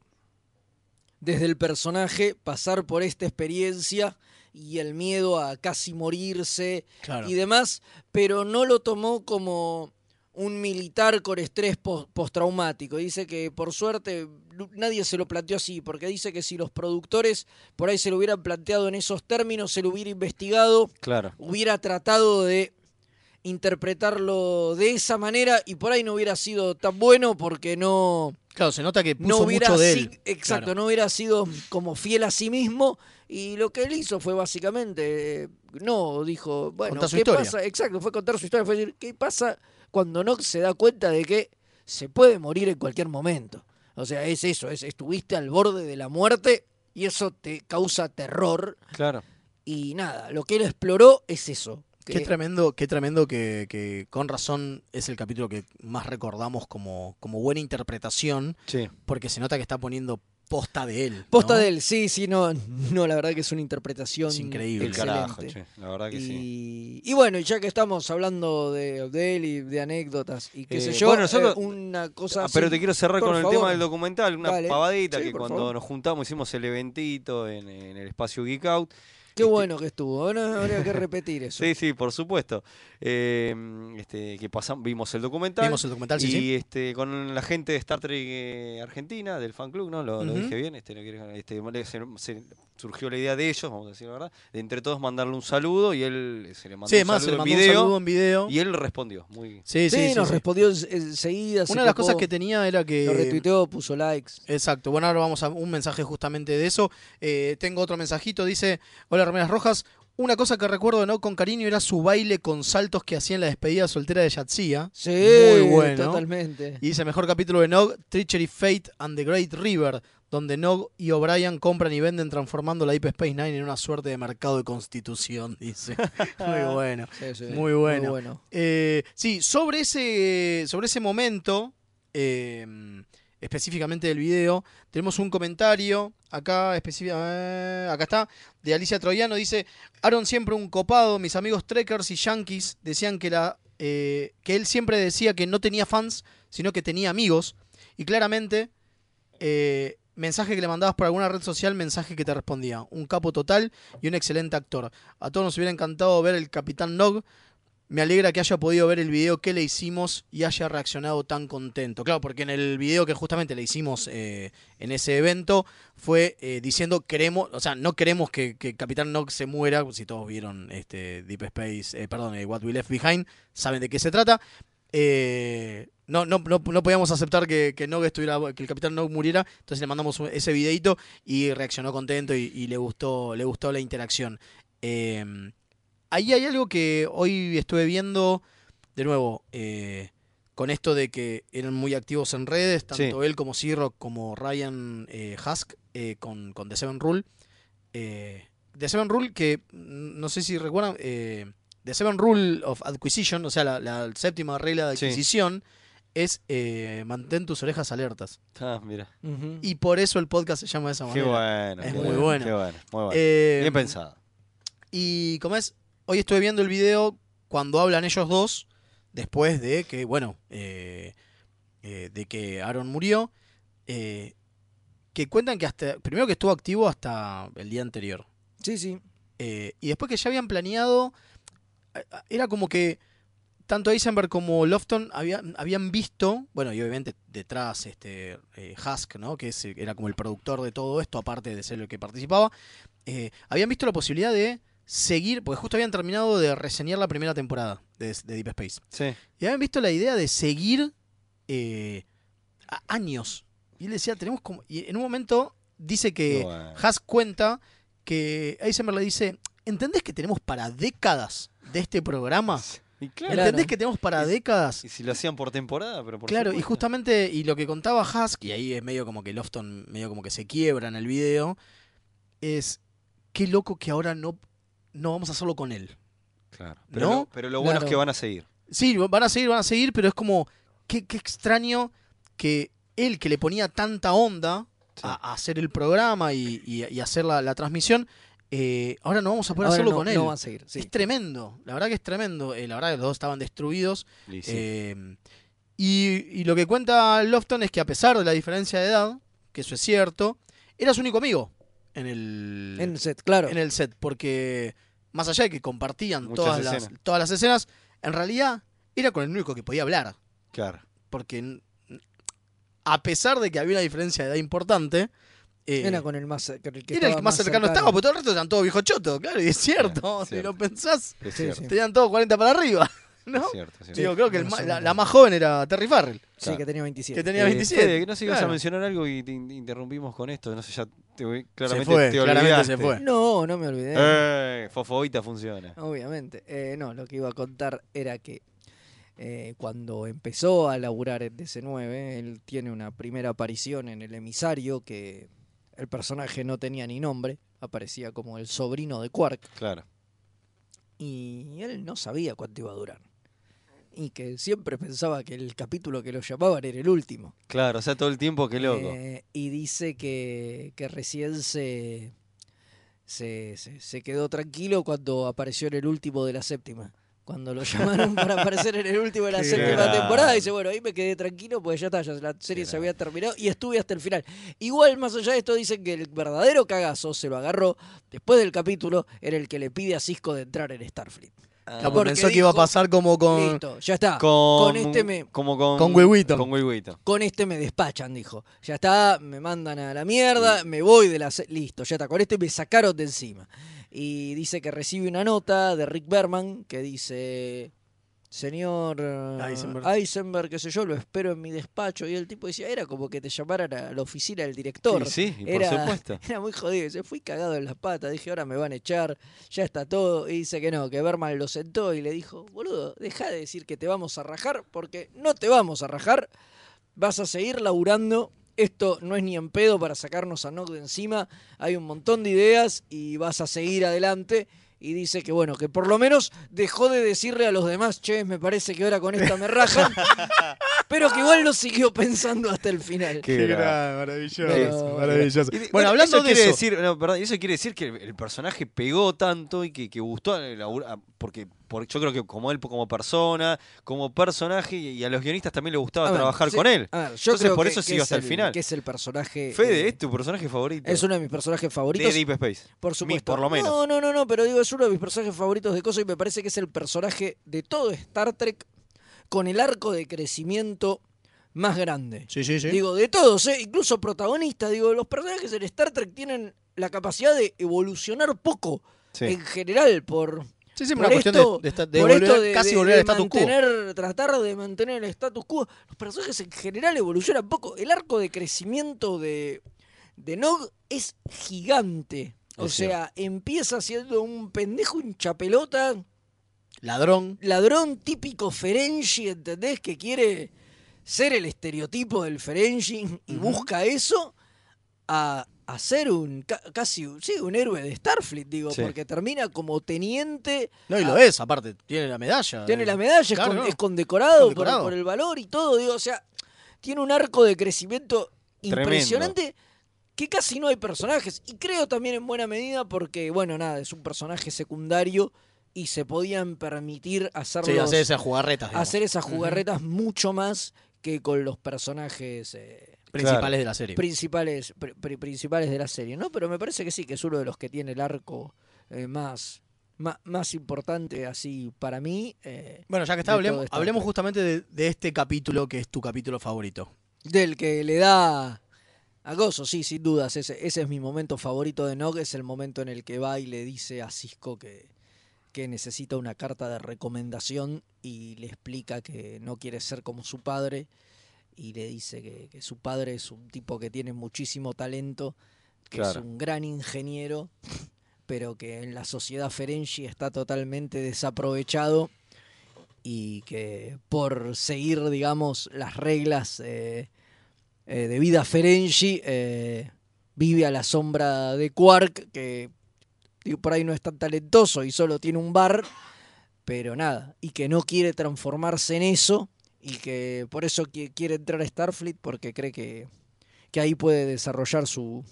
A: desde el personaje pasar por esta experiencia y el miedo a casi morirse
C: Claro.
A: y demás, pero no lo tomó como un militar con estrés pos- postraumático. Dice que por suerte nu- nadie se lo planteó así, porque dice que si los productores por ahí se lo hubieran planteado en esos términos, se lo hubiera investigado,
B: Claro.
A: hubiera tratado de interpretarlo de esa manera y por ahí no hubiera sido tan bueno porque no
C: Claro, se nota que puso
A: No hubiera
C: mucho de
A: si-
C: él.
A: exacto,
C: Claro.
A: no hubiera sido como fiel a sí mismo y lo que él hizo fue básicamente eh, no, dijo, bueno,
C: Contar su
A: ¿qué
C: historia.
A: pasa? Exacto, fue contar su historia, fue decir, ¿qué pasa cuando Nox se da cuenta de que se puede morir en cualquier momento? O sea, es eso, es estuviste al borde de la muerte y eso te causa terror
B: Claro.
A: y nada, lo que él exploró es eso. que-
C: Qué tremendo, qué tremendo que, que con razón es el capítulo que más recordamos como, como buena interpretación,
B: Sí.
C: porque se nota que está poniendo posta de él.
A: Posta
C: ¿no?
A: de él, sí, sí, no, no, la verdad que es una interpretación
C: Es increíble.
B: El
A: excelente.
B: carajo, che, La verdad que sí.
A: Y, y bueno, y ya que estamos hablando de, de él y de anécdotas y qué
B: Eh,
A: sé yo,
B: bueno, nosotros-
A: eh, una cosa
B: Ah,
A: así-
B: pero te quiero cerrar
A: por
B: con el
A: favor.
B: tema del documental, una
A: Dale.
B: pavadita
A: Sí,
B: que
A: por
B: cuando
A: favor.
B: nos juntamos hicimos el eventito en, en el espacio Geek Out.
A: Qué bueno que estuvo, bueno, habría que repetir
C: (laughs)
A: eso.
B: Sí, sí, por supuesto. Eh, este, que pasamos, vimos el documental.
C: Vimos el documental, sí,
B: y
C: sí.
B: este, con la gente de Star Trek eh, Argentina, del fan club, ¿no? Lo, lo
C: Ujú.
B: dije bien, este, no quiere- este, le- se, se- surgió la idea de ellos, vamos a decir la verdad, de entre todos mandarle un saludo y él eh, se le mandó
C: Sí,
B: un
C: además,
B: saludo en
C: le mandó un
B: video
C: saludo en video.
B: y él respondió. Muy
C: Sí, sí,
A: Sí,
C: sí,
A: nos
C: sí.
A: respondió en- enseguida. se
C: Una de las
A: copó,
C: cosas que tenía era que.
A: Lo retuiteó, puso likes.
C: Exacto, bueno, ahora vamos a un mensaje justamente de eso. Eh, tengo otro mensajito, dice, hola Remeras Rojas, una cosa que recuerdo no con cariño era su baile con saltos que hacía en la despedida soltera de Yatsia.
A: Sí,
C: Muy bueno.
A: totalmente.
C: Y dice, mejor capítulo de Nog, Treachery Fate and the Great River, donde Nog y O'Brien compran y venden transformando la Deep Space Nine en una suerte de mercado de constitución, (laughs) dice. Muy bueno.
A: Sí, sí,
C: muy bueno. Eh, sí, sobre ese, sobre ese momento, eh, específicamente del video, tenemos un comentario acá, específica- eh, acá está, de Alicia Troyano. Dice, Aaron siempre un copado, mis amigos trekkers y yankees decían que, la, eh, que él siempre decía que no tenía fans, sino que tenía amigos. Y claramente, eh, mensaje que le mandabas por alguna red social, mensaje que te respondía. Un capo total y un excelente actor. A todos nos hubiera encantado ver el Capitán Nog. Me alegra que haya podido ver el video que le hicimos y haya reaccionado tan contento. Claro, porque en el video que justamente le hicimos eh, en ese evento fue eh, diciendo queremos, o sea, no queremos que, que Capitán Nog se muera. Si todos vieron este Deep Space, eh, perdón, eh, What We Left Behind, saben de qué se trata. Eh, no, no, no, no podíamos aceptar que, que Nog estuviera, que el Capitán Nog muriera. Entonces le mandamos un- ese videito y reaccionó contento y, y le gustó, le gustó la interacción. Eh, ahí hay algo que hoy estuve viendo, de nuevo, eh, con esto de que eran muy activos en redes, tanto él como Cirro, como Ryan eh, Husk, eh, con, con The Seven Rule. Eh, The Seven Rule, que mm, no sé si recuerdan, eh, The Seven Rule of Acquisition, o sea, la, la séptima regla de
B: Sí.
C: adquisición, es eh, mantén tus orejas alertas.
B: Ah, mira.
C: Y por eso el podcast se llama de esa manera.
B: Qué bueno.
C: Es
B: qué
C: muy bueno.
B: Qué bueno, muy bueno.
C: Eh,
B: Bien pensado.
C: Y como es, hoy estuve viendo el video cuando hablan ellos dos, después de que, bueno, eh, eh, de que Aaron murió, eh, que cuentan que hasta, primero que estuvo activo hasta el día anterior,
A: Sí, sí.
C: eh, y después que ya habían planeado, eh, era como que tanto Eisenberg como Lofton había- habían visto, bueno, y obviamente detrás este eh, Husk, ¿no? que es, eh, era como el productor de todo esto, aparte de ser el que participaba, eh, habían visto la posibilidad de seguir, porque justo habían terminado de reseñar la primera temporada de, de Deep Space,
B: Sí.
C: y habían visto la idea de seguir eh, a- años. Y él decía, tenemos como... Y en un momento dice que...
B: qué bueno.
C: Haas cuenta que Eisenberg le dice, ¿entendés que tenemos para décadas de este programa?
B: Y claro.
A: Claro.
C: ¿Entendés que tenemos para
B: Y-
C: décadas?
B: Y si lo hacían por temporada, pero por
C: Claro, y
B: supuesto.
C: justamente, y lo que contaba Hask, y ahí es medio como que Lofton medio como que se quiebra en el video, es qué loco que ahora no, no vamos a hacerlo con él.
B: Claro. Pero,
C: ¿No?
B: lo, pero lo bueno es
A: Claro.
B: que van a seguir.
C: Sí, van a seguir, van a seguir, pero es como, qué, qué extraño que él que le ponía tanta onda
B: Sí.
C: a, a hacer el programa y, y- y hacer la, la transmisión, eh, ahora no vamos a poder
A: Ahora
C: hacerlo
A: no,
C: con él. Este
A: no va a seguir. sí.
C: Es tremendo, la verdad que es tremendo. eh, la verdad que los dos estaban destruidos.
B: Y sí.
C: eh, y, y lo que cuenta Lofton es que a pesar de la diferencia de edad, que eso es cierto, era su único amigo en el,
A: En el set, claro.
C: en el set, porque más allá de que compartían
B: Muchas
C: todas las,
B: escenas.
C: todas las escenas, en realidad era con el único que podía hablar,
B: claro.
C: porque n- a pesar de que había una diferencia de edad importante, eh,
A: Era con el más cer- con el que
C: era el
A: estaba
C: que más cercano, estaba, porque todo el resto eran todos viejochotos, claro, y es cierto,
B: Claro,
C: (laughs) si
B: cierto.
C: lo pensás,
B: Es
A: Sí,
B: cierto.
A: sí.
C: tenían todos 40 para arriba. ¿no?
B: Es cierto, es cierto.
C: Digo, creo que el
A: no
C: ma-
A: sé,
C: la,
A: no.
C: la más joven era Terry Farrell,
A: Sí, que tenía 27.
C: que tenía
B: Eh,
C: 27.
B: Fede, no sé, ibas
C: Claro.
B: a mencionar algo y te in- interrumpimos con esto. No sé, ya te, claramente
C: fue,
B: te
C: claramente
B: olvidaste.
C: se fue.
A: No, no me olvidé.
B: Eh, Fofoita funciona.
A: Obviamente. Eh, no, lo que iba a contar era que eh, cuando empezó a laburar en DC9, él tiene una primera aparición en El Emisario, que el personaje no tenía ni nombre, aparecía como el sobrino de Quark,
B: Claro.
A: y él no sabía cuánto iba a durar. Y que siempre pensaba que el capítulo que lo llamaban era el último.
B: Claro, o sea, todo el tiempo que loco.
A: Eh, y dice que, que recién se, se, se- se quedó tranquilo cuando apareció en el último de la séptima. Cuando lo (laughs) llamaron para aparecer en el último de la
C: Qué
A: séptima
B: grande.
A: temporada, dice, bueno, ahí me quedé tranquilo porque ya está, ya la serie se había terminado y estuve hasta el final. Igual, más allá de esto, dicen que el verdadero cagazo se lo agarró después del capítulo en el que le pide a Cisco de entrar en Starfleet.
B: Ah.
C: Capaz
A: porque
C: pensó que iba a
A: dijo,
C: pasar como con.
A: Listo, ya está.
B: con,
A: con este me,
B: como con,
C: con Huehuito.
B: Con Huehuito.
A: con este me despachan, dijo. Ya está, me mandan a la mierda, me voy de la... se- Listo, ya está, con este me sacaron de encima. Y dice que recibe una nota de Rick Berman que dice, señor eh,
C: Eisenberg.
A: Eisenberg, qué sé yo, lo espero en mi despacho. Y el tipo decía, era como que te llamaran a la oficina del director.
B: Sí, sí, y por
A: era,
B: supuesto.
A: (laughs) Era muy jodido, se fui cagado en las patas, dije, ahora me van a echar, ya está todo. Y dice que no, que Berman lo sentó y le dijo, boludo, deja de decir que te vamos a rajar, porque no te vamos a rajar, vas a seguir laburando. Esto no es ni en pedo para sacarnos a Nock de encima. Hay un montón de ideas y vas a seguir adelante. Y dice que bueno, que por lo menos dejó de decirle a los demás, che, me parece que ahora con esta me rajan. pero que igual lo siguió pensando hasta el final.
B: Qué grande.
C: maravilloso.
A: Pero-
C: maravilloso.
B: Y de-
C: Bueno, hablando
B: eso
C: de
B: quiere
C: eso.
B: decir, no, perdón, eso quiere decir que el, el personaje pegó tanto y que, que gustó a la- a- porque, por- yo creo que como él como persona, como personaje y, y a los guionistas también le gustaba
A: A ver,
B: trabajar
A: sí,
B: con él.
A: a ver,
B: Entonces, por eso siguió
A: es
B: hasta el final.
A: Que es el personaje.
B: Fede,
A: eh,
B: es tu personaje favorito.
A: es uno de mis personajes
B: de
A: favoritos.
B: Deep Space.
A: Por supuesto.
B: por lo menos.
A: No, no, no, no, pero digo, es uno de mis personajes favoritos de Coso y me parece que es el personaje de todo Star Trek con el arco de crecimiento más grande.
C: Sí, sí, sí.
A: Digo, de todos, ¿eh? incluso protagonistas. Digo, los personajes en Star Trek tienen la capacidad de evolucionar poco
B: Sí.
C: Eh,
A: en general por,
C: sí, sí,
A: por
C: una cuestión de-
A: esto-
C: de, esta- de
A: por
C: volver-
A: esto de-
C: casi
A: de-
C: volver
A: de
C: al status quo.
A: mantener- tratar de mantener el status quo. Los personajes en general evolucionan poco. El arco de crecimiento de, de Nog es gigante. O
B: Es
A: sea, empieza siendo un pendejo, un chapelota,
C: Ladrón.
A: ladrón típico Ferengi, ¿entendés? Que quiere ser el estereotipo del Ferengi y
C: Ujú.
A: busca eso a, a ser un ca- casi un- sí, un héroe de Starfleet, digo,
B: Sí.
A: porque termina como teniente
C: No, y lo
A: Ah.
C: es, aparte. Tiene la medalla.
A: tiene
C: eh.
A: la medalla, es,
C: Claro,
A: con-
C: no.
A: es condecorado, por-
C: Condecorado.
A: Por, el valor y todo. Digo, o sea, tiene un arco de crecimiento
B: Tremendo.
A: impresionante que casi no hay personajes. Y creo también en buena medida porque, bueno, nada, es un personaje secundario y se podían permitir hacerlos-
C: Sí, hace esas jugarretas. digamos,
A: hacer esas jugarretas mucho más que con los personajes eh,
C: principales de la serie.
A: principales, pri- pri- principales de la serie, ¿no? Pero me parece que sí, que es uno de los que tiene el arco eh, más, ma- más, importante así para mí. eh,
C: Bueno, ya que está,
A: de
C: hablemos,
A: todo Star
C: hablemos
A: Trek.
C: justamente de, de este capítulo que es tu capítulo favorito.
A: Del que le da a gozo, sí, sin dudas. Ese, ese es mi momento favorito de Nog. Es el momento en el que va y le dice a Cisco que, que necesita una carta de recomendación y le explica que no quiere ser como su padre. Y le dice que, que su padre es un tipo que tiene muchísimo talento, que es
B: Claro.
A: un gran ingeniero, pero que en la sociedad Ferengi está totalmente desaprovechado y que por seguir, digamos, las reglas eh, eh, de vida Ferengi, eh, vive a la sombra de Quark, que digo, por ahí no es tan talentoso y solo tiene un bar, pero nada, y que no quiere transformarse en eso, y que por eso qui- quiere entrar a Starfleet, porque cree que, que ahí puede desarrollar su,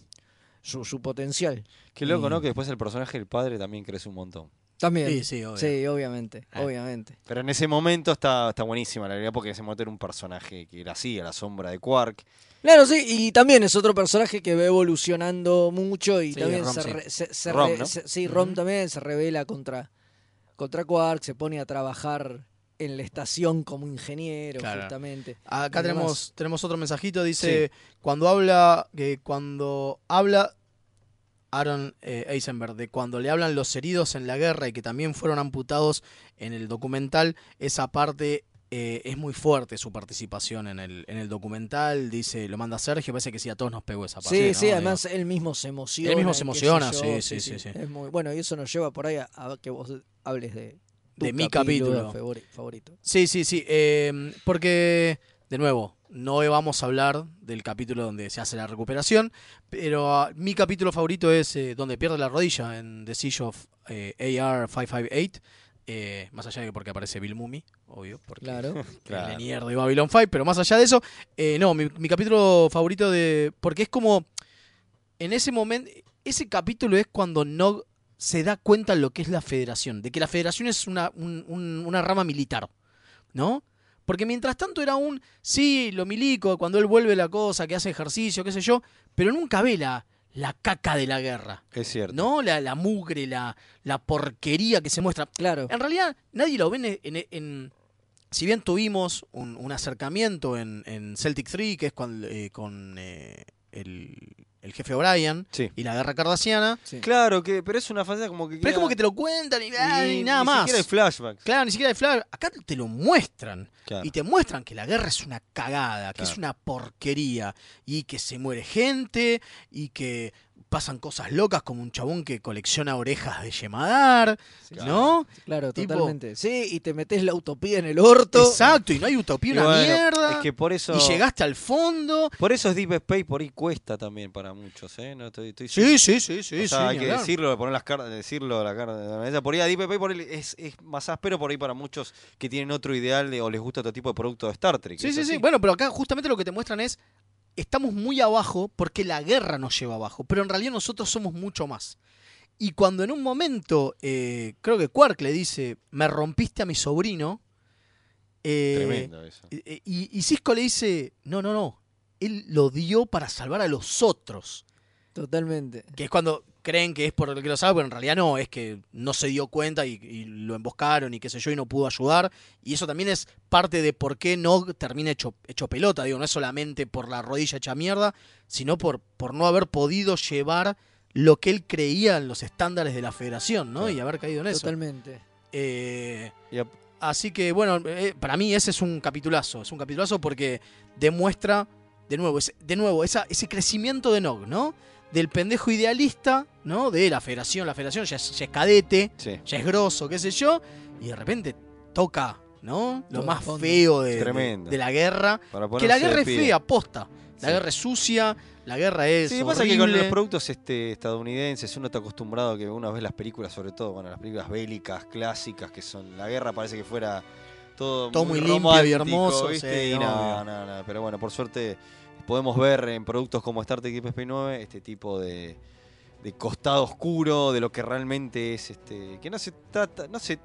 A: su, su potencial.
B: Qué
A: Y-
B: loco,
C: mm.
B: ¿no? Que después el personaje del padre también crece un montón.
A: También. Sí,
C: Sí, sí, obvio.
A: obviamente,
C: Ah.
A: obviamente.
B: Pero en ese momento está, está buenísima la realidad porque en ese momento era un personaje que era así, a la sombra de Quark.
A: Claro, sí, y también es otro personaje que va evolucionando mucho y
C: Sí,
A: también
C: Rom,
A: se,
C: sí.
A: re- se- se
B: Rom,
A: re-
B: ¿no?
A: se- sí, Rom
C: Ujú.
A: también se revela contra, contra Quark, se pone a trabajar en la estación como ingeniero,
C: Claro.
A: justamente.
C: Acá
A: Y
C: tenemos, tenemos otro mensajito, dice, cuando habla, que cuando habla Aaron eh, Eisenberg, de cuando le hablan los heridos en la guerra y que también fueron amputados en el documental, esa parte eh, es muy fuerte su participación en el, en el documental. Dice, lo manda Sergio, parece que sí, a todos nos pegó esa parte.
A: Sí,
C: ¿no?
A: sí,
C: Digo,
A: además él mismo se emociona.
C: Él mismo se
A: qué sé
C: emociona,
A: yo,
C: sí, sí, sí, sí.
A: Es muy, bueno, y eso nos lleva por ahí a, a que vos hables de, tu
C: De mi capítulo.
A: favori- favorito.
C: Sí, sí, sí. eh, porque, de nuevo, no vamos a hablar del capítulo donde se hace la recuperación, pero ah, mi capítulo favorito es eh, donde pierde la rodilla en The Siege of eh, AR-558. eh, más allá de que porque aparece Bill Mummy, obvio, porque
A: Claro.
B: Claro.
C: el de Nier de Babylon 5, pero más allá de eso, eh, no, mi, mi capítulo favorito de... Porque es como... En ese momento, ese capítulo es cuando no se da cuenta lo que es la federación, de que la federación es una, un- un- una rama militar, ¿no? Porque mientras tanto era un, sí, lo milico, cuando él vuelve la cosa, que hace ejercicio, qué sé yo, pero nunca ve la, la caca de la guerra,
B: Es cierto.
C: ¿no? La, la mugre, la, la porquería que se muestra.
A: (laughs) Claro.
C: En realidad, nadie lo ve en. en- en- si bien tuvimos un, un acercamiento en, en Celtic 3, que es con, eh, con, eh, el, el jefe O'Brien
B: Sí.
C: y la guerra cardasiana,
A: sí.
B: Claro, que, pero es una faceta como que.
C: eh. pero es como que te lo cuentan y, ah, y nada
B: ni
C: más.
B: siquiera hay flashbacks.
C: Claro, ni siquiera hay flash. Acá te lo muestran.
B: Claro.
C: Y te muestran que la guerra es una cagada, que es
B: Claro.
C: una porquería. Y que se muere gente. Y que pasan cosas locas como un chabón que colecciona orejas de Yemadar. ¿No?
A: Claro,
C: Tipo-
A: totalmente. Sí, y te metes la utopía en el orto.
C: Exacto. Y no hay utopía,
B: Y
C: una
B: bueno,
C: mierda.
B: Es que por eso.
C: Y llegaste al fondo.
B: Por eso es Deep Space por ahí cuesta también para muchos, ¿eh? No estoy, estoy
C: Sí, sí, sí, sí.
B: O sea,
C: sí,
B: hay
C: ni
B: que
C: hablar.
B: decirlo, poner las cartas, decirlo la carta de la mesa. Por ahí a Deep Space por ahí es, es más áspero por ahí para muchos que tienen otro ideal de- o les gusta otro tipo de producto de Star Trek.
C: Sí,
B: es
C: sí,
B: así.
C: sí. Bueno, pero acá justamente lo que te muestran es. Estamos muy abajo porque la guerra nos lleva abajo. Pero en realidad nosotros somos mucho más. Y cuando en un momento, eh, creo que Quark le dice, me rompiste a mi sobrino. eh,
B: Tremendo eso.
C: eh, Y, y Cisco le dice, no, no, no. Él lo dio para salvar a los otros.
A: Totalmente.
C: Que es cuando creen que es por lo que lo sabe, pero en realidad no, es que no se dio cuenta y, y lo emboscaron y qué sé yo y no pudo ayudar. Y eso también es parte de por qué no termina hecho, hecho pelota, digo, no es solamente por la rodilla hecha mierda, sino por, por no haber podido llevar lo que él creía en los estándares de la federación, ¿no?
B: Claro.
C: Y haber caído en eso.
A: Totalmente.
C: Eh,
B: Y a-
C: Así que bueno, eh, para mí ese es un capitulazo, es un capitulazo porque demuestra, de nuevo, ese, de nuevo esa, ese crecimiento de Nog, ¿no? Del pendejo idealista, ¿no? De la federación, la federación ya es, ya es cadete,
B: sí.
C: ya es grosso, qué sé yo, y de repente toca, ¿no? Lo
A: Todo
C: más
A: fondo.
C: feo de, de,
B: Tremendo.
C: de la guerra.
B: Para
C: Que la
B: ponerse
C: guerra
B: de
C: es
B: pie.
C: fea, posta. La
B: Sí.
C: guerra es sucia, la guerra es.
B: Sí, pasa que con los
C: horrible.
B: productos este, estadounidenses uno está acostumbrado a que uno ve las películas, sobre todo, bueno, las películas bélicas, clásicas, que son la guerra, parece que fuera todo,
C: Todo muy limpio y
B: romántico,
C: hermoso,
B: ¿viste?
C: sí,
B: Y
C: obvio.
B: no, no, no, pero bueno, por suerte podemos ver en productos como Star Trek Deep Space 9 este tipo de, de costado oscuro de lo que realmente es, este que no se trata, no se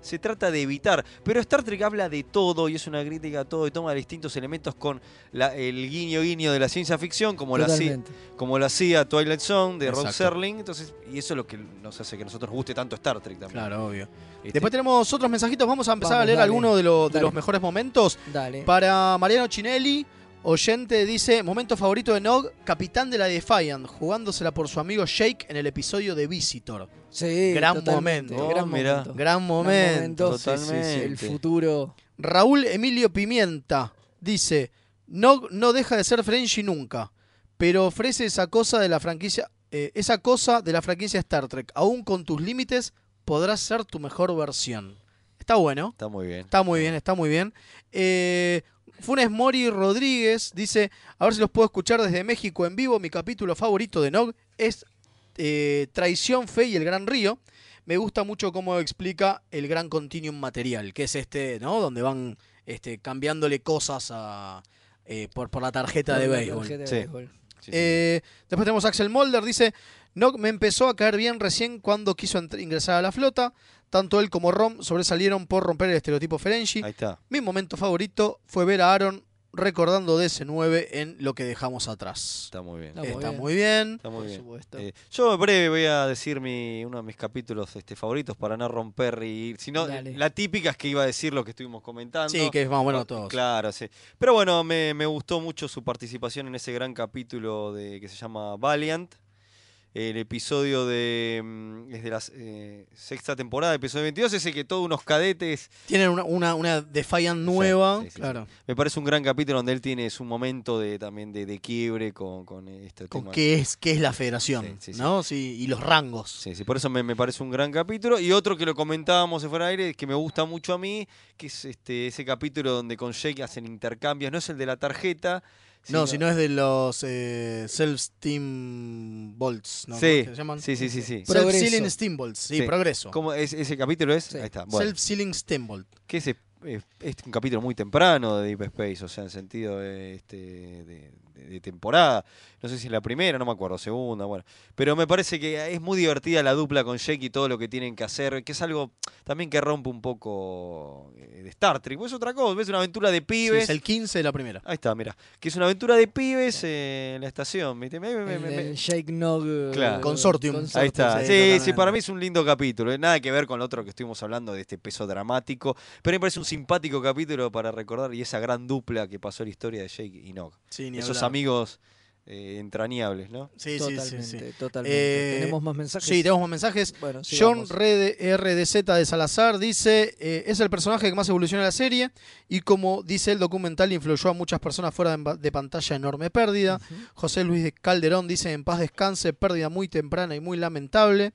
B: se trata de evitar. Pero Star Trek habla de todo y es una crítica a todo y toma distintos elementos con la- el guiño guiño de la ciencia ficción, como la, ci-
A: Totalmente.
B: como lo hacía Twilight Zone de Ron
C: Exacto.
B: Serling. Entonces, y eso es lo que nos hace que nosotros guste tanto Star Trek también.
C: Claro, obvio.
B: Este,
C: Después tenemos otros mensajitos, vamos a empezar a
A: Vamos,
C: leer
A: dale,
C: algunos de, los- de
A: dale.
C: los mejores momentos.
A: Dale.
C: Para Mariano Chinelli, oyente dice, momento favorito de Nog, capitán de la Defiant, jugándosela por su amigo Jake en el episodio de Visitor.
A: Sí,
C: gran
A: totalmente,
C: momento.
A: Gran
B: Oh, mirá.
A: momento.
C: Gran momento.
A: momento.
C: Sí, sí, sí.
B: Totalmente.
A: El futuro.
C: Raúl Emilio Pimienta dice, Nog no deja de ser Frenchy nunca, pero ofrece esa cosa de la franquicia, eh, esa cosa de la franquicia Star Trek. Aún con tus límites podrás ser tu mejor versión. Está bueno.
B: Está muy bien.
C: Está muy bien, está muy bien. Eh, Funes Mori Rodríguez dice, a ver si los puedo escuchar desde México en vivo, mi capítulo favorito de Nog es eh, Traición, Fe y el Gran Río. Me gusta mucho cómo explica el gran continuum material, que es este, ¿no? Donde van este, cambiándole cosas a, eh, por, por la tarjeta de
A: Con la
C: béisbol.
A: tarjeta de
B: Sí.
A: béisbol.
B: Sí, sí.
C: Eh, después tenemos a Axel Molder, dice, Nock me empezó a caer bien recién cuando quiso entr- ingresar a la flota. Tanto él como Rom sobresalieron por romper el estereotipo Ferengi.
B: Ahí está.
C: Mi momento favorito fue ver a Aaron recordando DC9 en lo que dejamos atrás.
B: Está muy bien.
A: Está muy
C: Está
A: bien.
C: muy bien.
B: Está muy
A: Por
B: bien.
A: supuesto.
B: Eh, yo en breve voy a decir mi, uno de mis capítulos este, favoritos para no romper y si no,
A: Dale.
B: la típica es que iba a decir lo que estuvimos comentando.
C: Sí, que es más bueno de todos.
B: Claro, sí. Pero bueno, me, me gustó mucho su participación en ese gran capítulo de que se llama Valiant. el episodio de, mm, es de la eh, sexta temporada, episodio 22, ese que todos unos cadetes
C: Tienen una, una, una Defiant nueva.
B: sí, sí, sí.
C: claro.
B: Me parece un gran capítulo donde él tiene su momento de también de, de quiebre con, con este
C: Con
B: tema.
C: qué es, qué es la federación.
B: Sí, sí, sí.
C: ¿No? Sí, y los rangos.
B: Sí, sí, por eso me, me parece un gran capítulo. Y otro que lo comentábamos de fuera de aire, que me gusta mucho a mí, que es este ese capítulo donde con Jake hacen intercambios, no es el de la tarjeta.
C: no, si no es de los eh, Self-Steam Bolts. ¿no?
B: Sí,
C: ¿Cómo se llaman?
B: sí, sí, sí, sí.
A: Progreso.
C: Self-Sealing Steam Bolts. Sí,
B: Sí.
C: progreso.
B: ¿Cómo es, ¿Ese capítulo es?
A: Sí.
B: Ahí está. Bueno,
C: Self-Sealing Steam Bolt.
B: que ese eh, es un capítulo muy temprano de Deep Space, o sea, en sentido de, este, de- de- de temporada. No sé si es la primera, no me acuerdo, segunda, bueno. Pero me parece que es muy divertida la dupla con Jake y todo lo que tienen que hacer, que es algo también que rompe un poco eh, de Star Trek. Es otra cosa, es una aventura de
C: Sí,
B: pibes.
C: es el 15 de la primera.
B: Ahí está, mira. Que es una aventura de pibes eh, en la estación. ¿viste? Me- me- me-
A: El,
B: me-
A: el Jake Nog eh,
B: Claro.
C: Consortium.
B: Ahí está. Sí,
C: Sí,
B: sí,
C: totalmente.
B: para mí es un lindo capítulo. eh. Nada que ver con lo otro que estuvimos hablando de este peso dramático. Pero me parece un simpático capítulo para recordar y esa gran dupla que pasó en la historia de Jake y Nog.
C: Sí, ni
B: Esos
C: hablar.
B: amigos eh, entrañables, ¿no?
C: Sí, sí, sí,
A: Totalmente,
C: sí.
A: totalmente.
C: Eh,
A: ¿Tenemos más mensajes?
C: Sí, tenemos más mensajes.
A: Bueno,
C: John
A: sigamos.
C: Red- RDZ de Salazar dice, eh, es el personaje que más evoluciona en la serie y como dice el documental influyó a muchas personas fuera de, emba- de pantalla, enorme
A: Mm.
C: pérdida. José Luis de Calderón dice, en paz descanse, pérdida muy temprana y muy lamentable.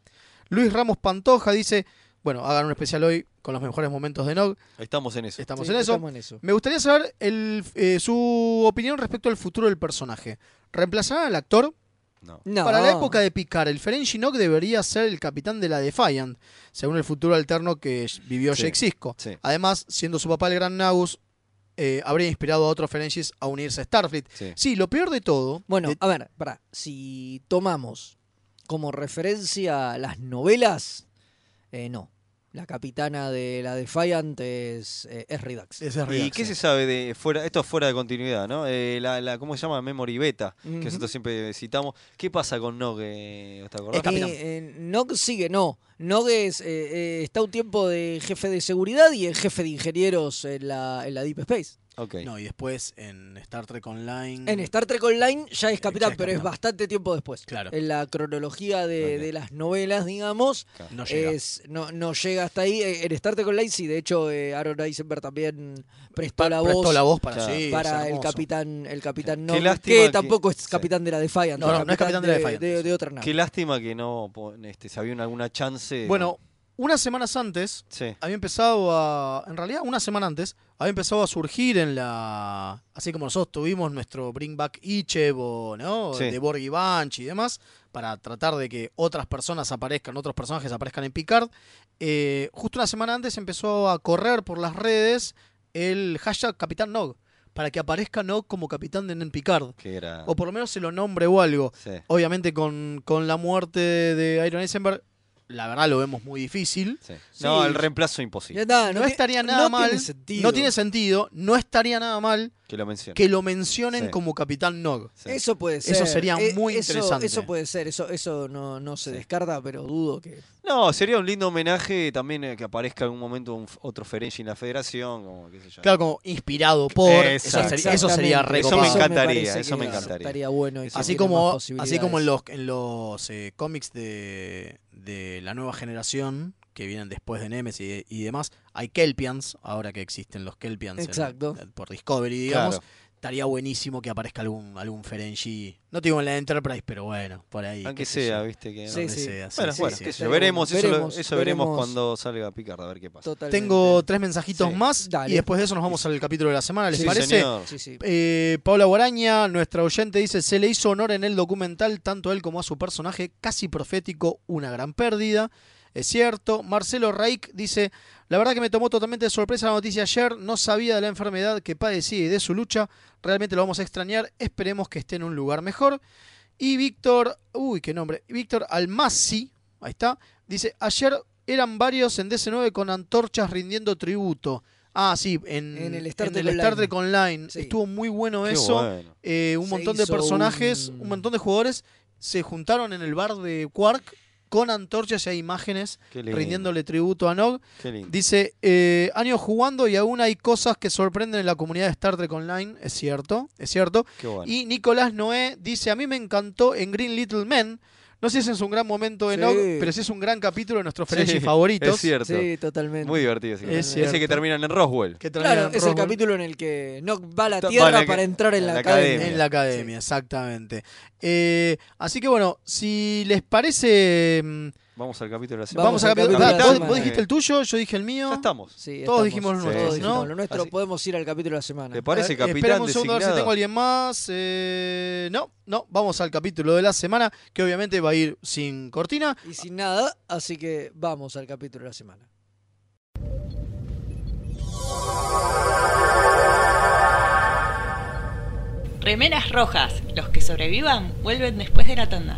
C: Luis Ramos Pantoja dice, bueno, hagan un especial hoy con los mejores momentos de Nog,
B: Estamos en eso.
C: estamos
A: Sí,
C: en eso.
A: Estamos en eso.
C: Me gustaría saber el, eh, su opinión respecto al futuro del personaje. ¿Reemplazarán al actor?
B: No.
A: No.
C: Para la época de Picard, el Ferenc Chinook debería ser el capitán de la Defiant, según el futuro alterno que vivió
B: Sí.
C: Jake Sisko.
B: Sí.
C: Además, siendo su papá el Gran Nagus, eh, habría inspirado a otros Ferengis a unirse a Starfleet.
B: Sí.
C: Sí, lo peor de todo.
A: Bueno,
C: de-
A: a ver, pará. Si tomamos como referencia las novelas, eh, no. La capitana de la Defiant es, eh, es Redux.
C: ese es
B: ¿Y
C: Redax,
B: qué se
C: sí.
B: sabe de fuera? Esto es fuera de continuidad, ¿no? Eh, la, la- ¿Cómo se llama? Memory Beta,
A: Ujú.
B: que nosotros siempre citamos. ¿Qué pasa con Nog? eh? ¿Te acordás?
A: Eh, eh, Nog sigue, no. Nog es, eh, eh, está un tiempo de jefe de seguridad y es jefe de ingenieros en la, en la Deep Space.
B: Ok.
C: No, y después en Star Trek Online.
A: En Star Trek Online ya es capitán,
C: Mm. ya es
A: pero es
C: capitán.
A: bastante tiempo después.
C: Claro.
A: En la cronología de,
B: Ok.
A: de las novelas, digamos,
C: No llega.
A: es- no, no llega hasta ahí. Eh, En Star Trek Online sí, de hecho, eh, Aaron Eisenberg también prestó
C: Pa-
A: la
C: prestó
A: voz.
C: la voz para,
B: Claro.
C: sí, es
A: para el
C: hermoso.
A: capitán el capitán
B: Qué
A: Nog,
B: lástima
A: que,
B: que-
A: tampoco es
B: sí.
A: capitán de la Defiant
C: No, no, no es capitán de la Defiant.
A: de, de otra nave
B: Qué lástima que no po- este, se había alguna chance.
C: Bueno, unas semanas antes,
B: Sí.
C: había empezado a. En realidad, una semana antes, había empezado a surgir en la. Así como nosotros tuvimos nuestro Bring Back Ichevo, ¿no?
B: Sí.
C: De Borg y Banshee y demás, para tratar de que otras personas aparezcan, otros personajes aparezcan en Picard. Eh, justo una semana antes empezó a correr por las redes el hashtag Capitán Nog, para que aparezca Nog como capitán de Nen Picard.
B: Que era.
C: O por lo menos se lo nombre o algo.
B: Sí,
C: Obviamente, con, con la muerte de Iron Eisenberg, la verdad lo vemos muy difícil.
B: sí. No,
A: Sí.
B: el reemplazo
A: Ya
B: imposible.
A: está,
C: Ah, No,
A: ti-
C: estaría nada
A: no
C: mal.
A: tiene sentido.
C: No tiene sentido. No estaría nada mal
B: Que lo menciona.
C: que lo mencionen
B: Sí.
C: como Capitán Nog.
B: Sí.
A: Eso puede ser.
C: Eso sería
A: Eh,
C: muy
A: eso-
C: interesante.
A: Eso puede ser, eso, eso no, no se
B: Sí.
A: descarta, pero dudo que.
B: No, sería un lindo homenaje también eh, que aparezca en algún momento un f- otro Ferengi en la federación. Como, qué sé yo.
C: Claro, como inspirado por. Eso
B: Exacto.
C: sería, eso sería
A: Exactamente.
B: Eso
C: recopado.
B: me encantaría,
A: parece
B: eso
A: que
B: me encantaría.
A: Estaría bueno. y que
C: Así
A: tiene
C: como,
A: más
C: así como en
A: posibilidades.
C: los, en los eh, cómics de, de la nueva generación que vienen después de Nemesis y, y demás, hay Kelpians, ahora que existen los Kelpians en-
A: Exacto.
C: por Discovery, digamos.
B: Claro.
C: Estaría buenísimo que aparezca algún, algún Ferengi. No digo en la Enterprise, pero bueno, por ahí.
B: Aunque
C: qué sé
B: sea,
C: yo.
B: viste que.
A: Sí,
C: Donde
B: no-
A: sí.
C: sea,
B: Bueno,
A: sí,
B: bueno,
A: sí,
B: qué sé
A: estaría
B: yo, veremos,
A: bueno.
B: eso, lo-
A: Veremos,
B: eso veremos
A: veremos.
B: cuando salga Picard, a ver qué pasa.
A: Totalmente.
C: Tengo tres mensajitos
B: Sí.
C: más
A: Dale.
C: y después de eso nos vamos al capítulo de la semana, ¿les
B: Sí,
C: parece?
B: señor.
A: Sí, sí.
C: Eh, Paula Guaraña, nuestra oyente, dice, se le hizo honor en el documental tanto a él como a su personaje, casi profético, una gran pérdida. Es cierto. Marcelo Reich dice, la verdad que me tomó totalmente de sorpresa la noticia ayer, no sabía de la enfermedad que padecía y de su lucha, realmente lo vamos a extrañar, esperemos que esté en un lugar mejor. Y Víctor, uy, qué nombre, Víctor Almasi, ahí está, dice, ayer eran varios en DC9 con antorchas rindiendo tributo. Ah, sí, en,
A: En el Star
C: en
A: Trek
C: el Star
A: Online.
C: Trek Online.
A: Sí.
C: Estuvo muy bueno
B: Qué
C: eso.
B: bueno.
C: Eh, un
A: Se
C: montón de
A: hizo
C: personajes,
A: un-
C: un... montón de jugadores se juntaron en el bar de Quark con antorchas y hay imágenes
B: Qué lindo.
C: rindiéndole tributo a Nog.
B: Qué lindo.
C: Dice, eh, años jugando y aún hay cosas que sorprenden en la comunidad de Star Trek Online. Es cierto, es cierto.
B: Qué bueno.
C: Y Nicolás Noé dice, a mí me encantó en Green Little Men No sé si es un gran momento de
A: Sí.
C: Nog, pero sí es un gran capítulo de nuestros
B: Sí,
C: Frenchy favoritos.
B: Es cierto.
A: Sí, totalmente.
B: Muy divertido. Ese,
A: Es
B: capítulo. Ese que
C: cierto.
B: terminan en Roswell.
C: que terminan
A: Claro,
C: en
A: es el
C: Roswell.
A: capítulo en el que Nock va a la
B: Ta- va
A: tierra
B: a la-
A: para entrar en la, academia.
B: academia.
C: En la academia, exactamente. Eh, así que bueno, si les parece, mm,
B: Vamos al capítulo de la semana.
C: vamos, a
A: al capítulo
C: Ah,
A: de la
C: vos-
A: semana.
C: vos, dijiste el tuyo, yo dije el mío.
B: Ya estamos.
A: Sí, estamos-
C: Todos dijimos lo
A: todos
B: nuestro,
A: dijimos
C: ¿no?
A: lo nuestro.
B: Así-
A: Podemos ir al capítulo de la semana.
B: ¿Te parece,
C: A ver,
B: capitán?
C: Esperame un segundo a ver si
B: designado?
C: tengo a alguien más. Eh, no, no, vamos al capítulo de la semana, que obviamente va a ir sin cortina.
A: Y sin nada, así que vamos al capítulo de la semana.
E: Remeras rojas. Los que sobrevivan vuelven después de la tanda.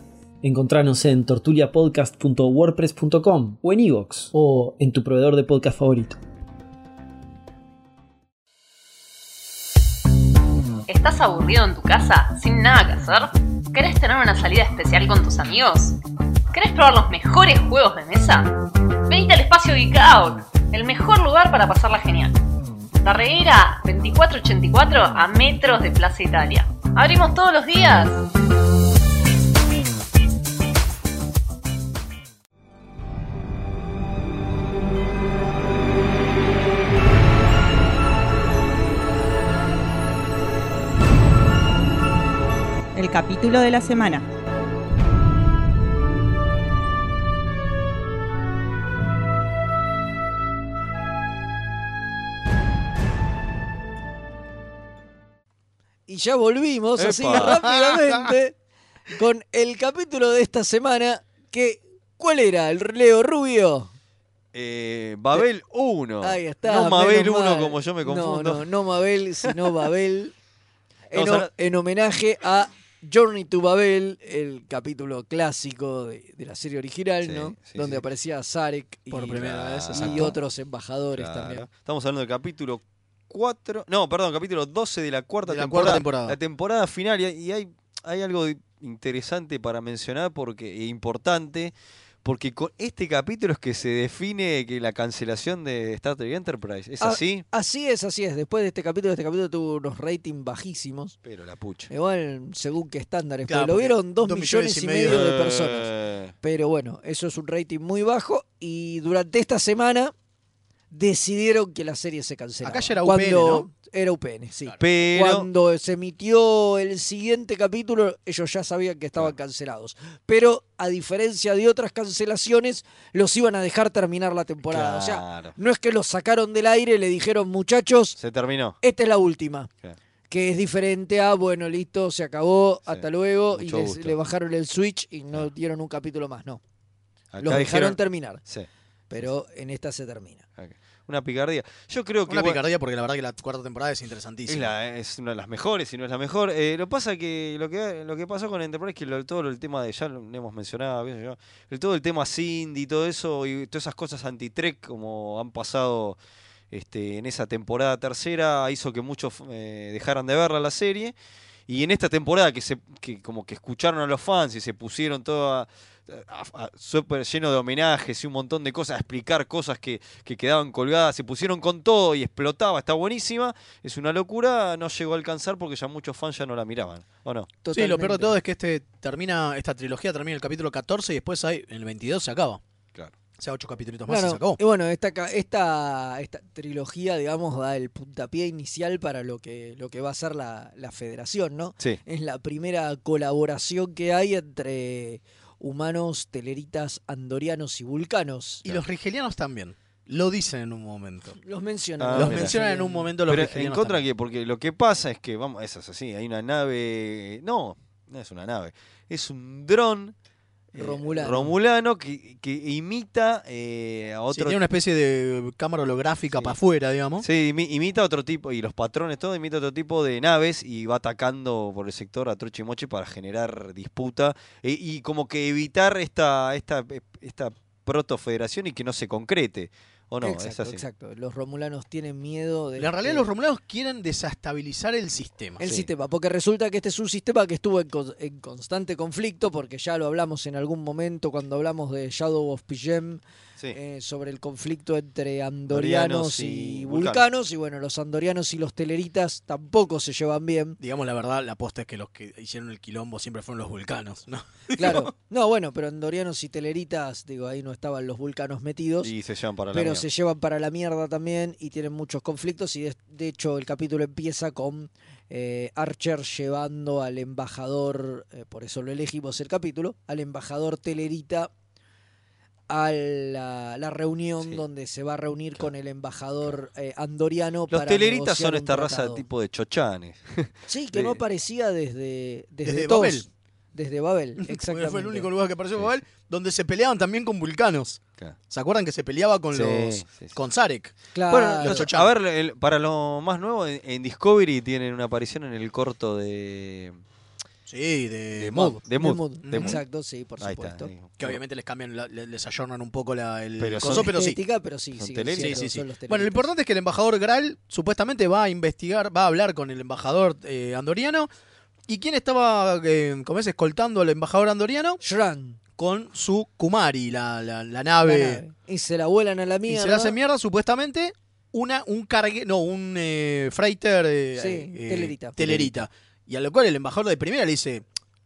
G: Encontranos en tortuliapodcast.wordpress.com o en iVoox o en tu proveedor de podcast favorito.
H: ¿Estás aburrido en tu casa sin nada que hacer? ¿Querés tener una salida especial con tus amigos? ¿Querés probar los mejores juegos de mesa? Venite al espacio Geek Out, el mejor lugar para pasarla genial. Darreguera 2484 a metros de Plaza Italia. Abrimos todos los días.
F: El capítulo de la semana.
A: Y ya volvimos
B: Epa.
A: así
B: (laughs)
A: rápidamente con el capítulo de esta semana que ¿cuál era? El Leo Rubio.
B: Eh, Babel 1.
A: Ahí está.
B: No
A: menos
B: Mabel 1,
A: mal.
B: como yo me confundo.
A: No, no, no Mabel,
B: (laughs)
A: sino Babel. En,
B: Vamos a
A: o-
B: hablar-
A: en homenaje a Journey to Babel, el capítulo clásico de, de la serie original,
B: Sí,
A: ¿no?
B: sí,
A: Donde
B: sí.
A: aparecía Zarek y,
C: Por primera vez,
A: y
C: exacto.
A: otros embajadores
B: Claro.
A: también.
B: Estamos hablando del capítulo 4. No, perdón, capítulo 12 de la cuarta
C: De la
B: temporada.
C: cuarta temporada.
B: La temporada final. Y, hay- y hay, hay algo de- interesante para mencionar porque e importante. Porque con este capítulo es que se define que la cancelación de Star Trek Enterprise. ¿Es
A: Ah.
B: así?
A: Así es, así es. Después de este capítulo, este capítulo tuvo unos ratings bajísimos.
B: Pero la pucha.
A: Igual, según qué estándares. porque lo
C: Claro, porque
A: vieron 2
C: dos
A: millones, y medio de personas.
B: Eh,
A: Pero bueno, eso es un rating muy bajo y durante esta semana decidieron que la serie se cancelaba.
C: Acá ya era
A: Cuando-
C: UPN, ¿no?
A: Era UPN, sí.
B: Pero.
A: Cuando se emitió el siguiente capítulo, ellos ya sabían que estaban cancelados. Pero a diferencia de otras cancelaciones, los iban a dejar terminar la temporada. O sea,
B: Claro.
A: no es que los sacaron del aire y le dijeron, muchachos,
B: Se terminó.
A: esta es la última.
B: Claro.
A: Que es diferente a, bueno, listo, se acabó,
B: Sí,
A: hasta luego, y
B: mucho
A: les-
B: gusto.
A: le bajaron el switch y no
B: Claro.
A: dieron un capítulo más, no.
B: Acá
A: Los dejaron
B: dijeron-
A: terminar,
B: Sí,
A: pero en esta se termina.
B: una picardía. Yo creo que.
C: Una
B: bueno,
C: picardía porque la verdad que la cuarta temporada es
B: Es,
C: interesantísima.
B: la- es una de las mejores, si no es la mejor. Eh, lo pasa que lo que lo que pasó con Enterprise es que lo- todo el tema de ya lo hemos mencionado, qué sé yo, el, todo el tema Cindy y todo eso y todas esas cosas anti-Trek como han pasado este, en esa temporada tercera hizo que muchos eh, dejaran de verla la serie y en esta temporada que se que como que escucharon a los fans y se pusieron todo a- a- a- súper lleno de homenajes y un montón de cosas, a explicar cosas que, que quedaban colgadas, se pusieron con todo y explotaba, está buenísima, es una locura, no llegó a alcanzar porque ya muchos fans ya no la miraban, ¿o no?
C: Sí, lo peor de
A: Totalmente.
C: todo es que este termina, esta trilogía termina en el capítulo 14 y después hay, en el 22 se acaba.
B: Claro.
C: O sea, ocho capítulos más
A: Claro,
C: y se acabó.
A: Y bueno, eh, esta, ca- esta, esta trilogía, digamos, da el puntapié inicial para lo que, lo que va a ser la, la federación, ¿no?
B: Sí.
A: Es la primera colaboración que hay entre humanos, teleritas, andorianos y vulcanos.
C: Y los rigelianos también. Lo dicen en un momento.
A: Los mencionan.
B: Ah,
C: los
B: mira.
C: mencionan en un momento los
B: Pero en
C: rigelianos
B: contra
C: también.
B: que, porque lo que pasa es que, vamos, eso es así, hay una nave, no, no es una nave, es un dron eh,
A: Romulano.
B: Romulano, que, que imita eh, a
C: Sí,
B: otro.
C: tiene una especie de cámara holográfica para afuera, digamos.
B: Sí, imi- imita a otro tipo, y los patrones, todo imita a otro tipo de naves y va atacando por el sector a Troche Moche para generar disputa e- y como que evitar esta, esta, esta protofederación y que no se concrete. ¿O no?
A: exacto,
B: es así.
A: exacto. Los romulanos tienen miedo de.
C: En realidad
A: de-
C: los romulanos quieren desestabilizar el sistema.
A: El
B: Sí.
A: sistema, porque resulta que este es un sistema que estuvo en, con- en constante conflicto, porque ya lo hablamos en algún momento cuando hablamos de Shadow of Pijem,
B: Sí.
A: eh, sobre el conflicto entre andorianos
B: Andorianos y
A: y
B: vulcanos.
A: vulcanos, y bueno, los andorianos y los teleritas tampoco se llevan
B: (laughs)
A: bien.
C: Digamos la verdad, la posta es que los que hicieron el quilombo siempre fueron los vulcanos, ¿no? (laughs)
A: Claro, no, bueno, pero andorianos y teleritas, digo, ahí no estaban los vulcanos metidos.
B: Y se llevan para la
A: pero
B: mierda.
A: se llevan para la mierda también y tienen muchos conflictos y de, de hecho el capítulo empieza con eh, Archer llevando al embajador, eh, por eso lo elegimos el capítulo, al embajador Telerita a la, la reunión
B: Sí.
A: donde se va a reunir con el embajador eh, andoriano.
B: Los
A: para
B: teleritas
A: negociar
B: son
A: un
B: esta raza de
A: tratado.
B: tipo de chochanes.
A: Sí, que
B: de-
A: no aparecía desde, desde,
C: Desde
A: TOS,
C: Babel.
A: Desde Babel,
C: (laughs) Porque
A: exactamente.
C: Fue el único lugar que apareció
B: Sí.
C: Babel donde se peleaban también con vulcanos.
B: Claro.
C: ¿Se acuerdan que se peleaba con
B: Sí,
C: los
B: sí, sí.
C: con Zarek?
A: Claro.
B: Bueno, los-
C: chochanes.
B: a ver, el- para lo más nuevo, en, en Discovery tienen una aparición en el corto de,
C: Sí, de,
B: de
C: Mod.
B: De Mood.
A: Mood.
B: de Mood.
A: Exacto, sí, por
B: Ahí
A: supuesto.
B: está.
C: Que obviamente les cambian, la- le- les ayornan un poco la, el
B: Pero
C: coso,
B: son-
C: pero sí.
A: estética, pero sí,
B: Son
A: sí,
B: teleritas.
A: sí,
C: Sí, sí, sí.
A: son los
C: Bueno, lo
A: teleritas.
C: importante es que el embajador Graal supuestamente va a investigar, va a hablar con el embajador eh, andoriano. ¿Y quién estaba, eh, como es, escoltando al embajador andoriano?
A: Shran,
C: Con su Kumari, la, la- la
A: la
C: nave.
A: nave. Y se la vuelan a la
C: Y
A: mierda.
C: se le hace mierda, supuestamente, una, un cargue, no, un eh, freighter. eh,
A: Sí,
C: eh,
A: telerita.
C: Telerita. Y a lo cual el embajador de primera le dice: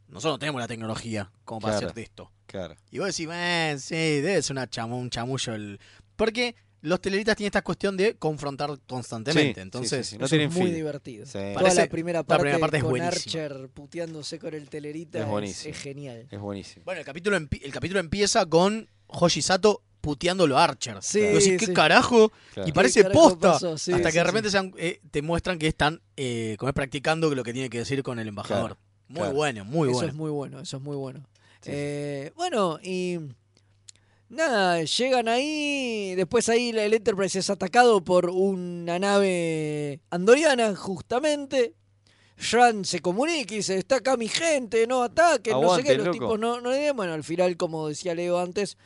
C: Nosotros no tenemos la tecnología como para
B: Claro.
C: hacer de esto.
B: Claro.
C: Y vos decís, "Eh, sí, debe ser una chamu- un chamullo. el-". Porque los teleritas tienen esta cuestión de confrontar
B: Sí, sí,
C: constantemente.
B: sí,
C: Entonces,
B: sí,
A: Eso
B: no tienen
A: es muy
B: fin.
A: divertido.
B: Sí.
A: Toda
C: Parece-
A: la primera
C: la
A: parte,
C: primera parte es
A: con
C: buenísima.
A: Archer puteándose con el telerita
B: Es
A: es,
B: buenísimo.
A: es genial.
B: Es buenísimo.
C: bueno, el capítulo, empi- el capítulo empieza con Hoshi Sato puteándolo a Archer.
A: Sí,
C: Y vos decís, ¿qué
A: sí.
C: carajo?
B: Claro.
C: Y parece
A: carajo
C: posta.
A: pasó? Sí,
C: hasta
A: sí,
C: que de
A: sí.
C: repente sean- eh, te muestran que están eh, como es, practicando lo que tiene que decir con el embajador. muy
B: claro.
C: bueno, muy
A: eso
C: bueno.
A: es muy bueno, eso es muy bueno.
B: Sí, sí.
A: Eh, bueno, y nada, llegan ahí, después ahí el Enterprise es atacado por una nave andoriana, justamente. Shran se comunica y dice, está acá mi gente, no ataquen, no sé
B: Aguante,
A: qué, los
B: loco.
A: tipos no, no le den. Bueno, al final, como decía Leo antes,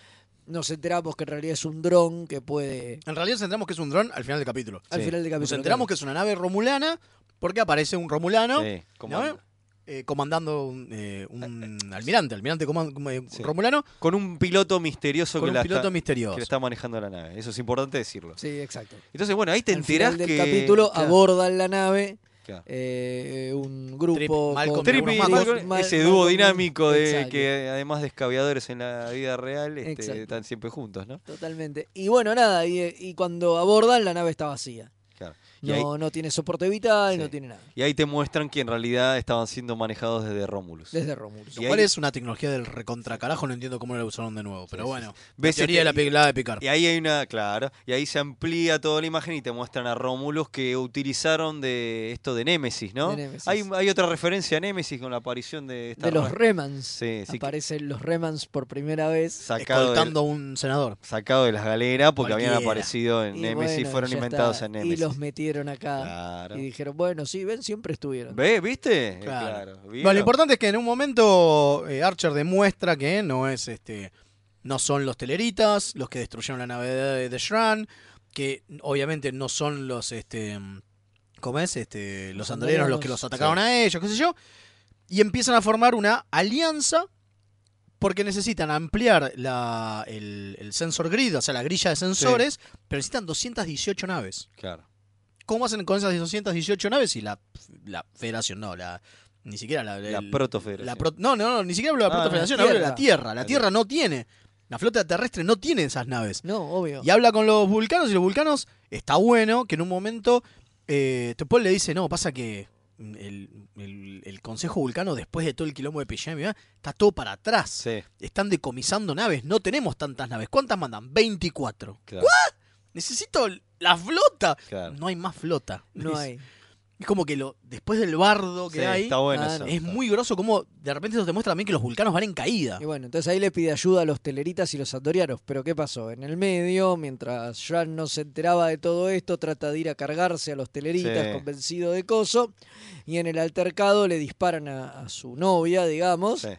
A: nos enteramos que en realidad es un dron que puede...
C: En realidad nos enteramos que es un dron al final del capítulo.
A: Al
B: Sí,
A: final del capítulo.
C: Nos enteramos que es una nave romulana porque aparece un romulano
B: Sí, como-
C: ¿no? eh, comandando un, eh, un almirante, almirante coman- como, eh,
B: Sí.
C: romulano
B: Con un piloto misterioso
C: con
B: que,
C: un
B: la
C: piloto
B: está, que
C: misterioso.
B: la está manejando la nave. Eso es importante decirlo.
A: Sí, exacto.
B: Entonces, bueno, ahí te
A: Al
B: enterás
A: final del
B: que.
A: capítulo
B: Claro,
A: abordan la nave
B: claro.
A: eh, un grupo
C: Trip,
A: con-
C: Malcolm y
B: Trip
C: algunos
B: y
C: magos.
B: Malcolm,
A: Mal-
B: ese
A: Malcolm
B: dúo
A: y-
B: dinámico de
A: Exacto,
B: que además de escabeadores en la vida real este,
A: Exacto.
B: están siempre juntos, ¿no?
A: Totalmente. Y bueno, nada, y, y cuando abordan la nave está vacía.
B: Claro. Y,
A: No,
B: ahí,
A: no tiene soporte vital,
B: Sí.
A: no tiene nada.
B: y ahí te muestran que en realidad estaban siendo manejados desde Romulus.
A: Desde Romulus.
B: Y
C: Lo cual
B: ahí-
C: es una tecnología del recontracarajo, no entiendo cómo la usaron de nuevo, pero
B: Sí, sí,
C: bueno.
B: Ves
C: la teoría de
B: este-
C: la película de Picard.
B: Y ahí hay una, claro, y ahí se amplía toda la imagen y te muestran a Rómulos que utilizaron de esto de Némesis, ¿no?
A: De Némesis.
B: Hay, hay otra referencia a Némesis con la aparición de esta
A: De los
B: ra-
A: Remans.
B: Sí, sí que-
A: Aparecen los Remans por primera vez.
B: sacado de,
C: Escoltando a un senador.
B: sacado de las galeras porque habían
C: Cualquiera.
B: aparecido en
A: Y
B: Némesis,
A: bueno,
B: fueron
A: ya
B: inventados
A: está.
B: en Némesis.
A: Y los metieron acá.
B: Claro.
A: Y dijeron, bueno, sí, ven, siempre estuvieron.
B: ¿Ve? ¿Viste? Eh,
C: Claro.
B: ¿vieron?
C: Bueno, lo importante es que en un momento eh, Archer demuestra que no es este. No son los teleritas los que destruyeron la nave de, de Shran, que obviamente no son los este. ¿Cómo es? Este. Los
A: Los
C: andorianos los que
A: andorianos,
C: los atacaron a ellos, qué sé yo. Y empiezan a formar una alianza. Porque necesitan ampliar la, el, el sensor grid, o sea, la grilla de sensores, pero necesitan 218 naves.
B: Claro.
C: ¿Cómo hacen con esas 218 naves? Y la, la federación, no, la, ni siquiera la...
B: La
C: el-
B: protofederación.
C: la pro- no, no, no, ni siquiera hablo de la
B: Ah,
C: protofederación,
A: la
C: hablo de
A: Tierra.
C: la Tierra. La Tierra no tiene. La flota terrestre no tiene esas naves.
A: No, obvio.
C: Y habla con los vulcanos y los vulcanos está bueno que en un momento eh, Topol le dice, no, pasa que el, el- el Consejo Vulcano después de todo el quilombo de Pijami, ¿eh? está todo para atrás.
B: Sí,
C: Están decomisando naves, no tenemos tantas naves. ¿Cuántas mandan? 24.
B: claro.
C: Necesito la flota.
B: claro.
C: No hay más flota.
A: No hay.
C: Es como que lo después del bardo que
B: Sí,
C: hay,
B: está bueno
A: Ah,
B: eso.
C: es muy groso como de repente nos demuestra también que los vulcanos van en
B: Ah.
C: caída.
A: Y bueno, entonces ahí le pide ayuda a los teleritas y los andorianos. Pero ¿qué pasó? En el medio, mientras Jan no se enteraba de todo esto, trata de ir a cargarse a los teleritas
B: Sí.
A: convencido de coso. Y en el altercado le disparan a, a su novia, digamos,
B: Sí.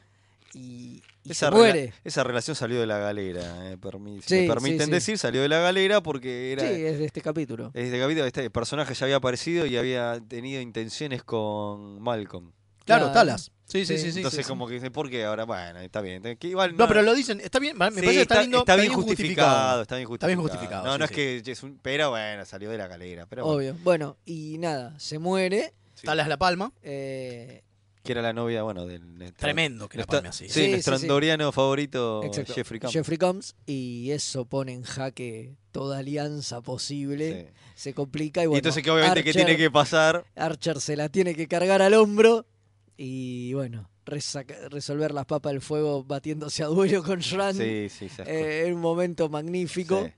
A: y, y
B: Esa,
A: se
B: rela-
A: muere.
B: esa relación salió de la galera, eh, permi- si
A: Sí,
B: me permiten
A: sí, sí.
B: decir, salió de la galera porque era...
A: Sí, es de este capítulo.
B: Desde Gavito, este personaje ya había aparecido y había tenido intenciones con Malcolm.
C: Claro,
A: Claro.
C: talas. Sí, sí,
A: Sí.
C: sí, sí.
B: Entonces,
C: sí.
B: como que dice, ¿por qué ahora? Bueno, está bien. que igual
C: No, pero lo dicen, está bien, me
B: Sí,
C: parece que está, lindo,
B: está bien justificado, está bien justificado.
C: Está bien justificado,
B: No,
C: sí,
B: no
C: sí.
B: es que es un. Pero bueno, salió de la galera. Pero bueno,
A: Obvio. Bueno, y nada, se muere.
B: sí.
C: Talas La Palma,
A: eh,
B: que era la novia, bueno, del. del-
C: tremendo que La
B: nuestra-
C: Palma así.
B: Sí,
A: Sí, sí,
B: nuestro
A: sí.
B: andoriano favorito,
A: exacto,
B: Oh, Jeffrey Campbell.
A: Combs, Y eso pone en jaque toda alianza
B: Sí.
A: posible. Se complica y bueno.
B: y entonces, que obviamente, ¿qué
A: Archer-
B: tiene que pasar?
A: Archer se la tiene que cargar al hombro y bueno, resaca- resolver las papas del fuego batiéndose a duelo con Rand
B: Sí, sí, esas cosas.
A: eh, en un momento magnífico.
B: Sí.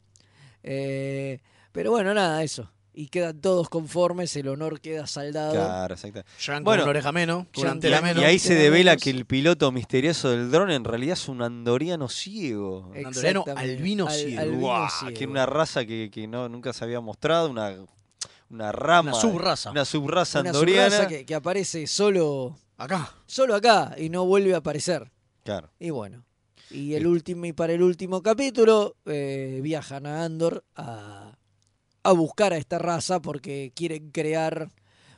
A: Eh, pero bueno, nada, eso. Y quedan todos conformes, el honor queda saldado.
B: Claro, exacto.
C: Jean
B: Bueno,
C: con una oreja menos, con una
A: Jean-
C: antena
A: y-
C: menos.
B: Y ahí se devela
A: menos.
B: que el piloto misterioso del dron en realidad es un andoriano ciego.
A: Eh,
C: Andorano
A: Exactamente.
C: albino
A: Al-
C: ciego.
A: albino
B: Guau,
A: ciego.
B: que era una raza que, que no, nunca se había mostrado, una, una rama.
C: Una subraza.
B: Una subraza
A: Una
B: andoriana.
A: subraza que, que aparece solo,
C: Acá.
A: solo acá y no vuelve a aparecer.
B: Claro.
A: Y bueno. Y el último, y para el último capítulo, eh, viajan a Andor a, a buscar a esta raza porque quieren crear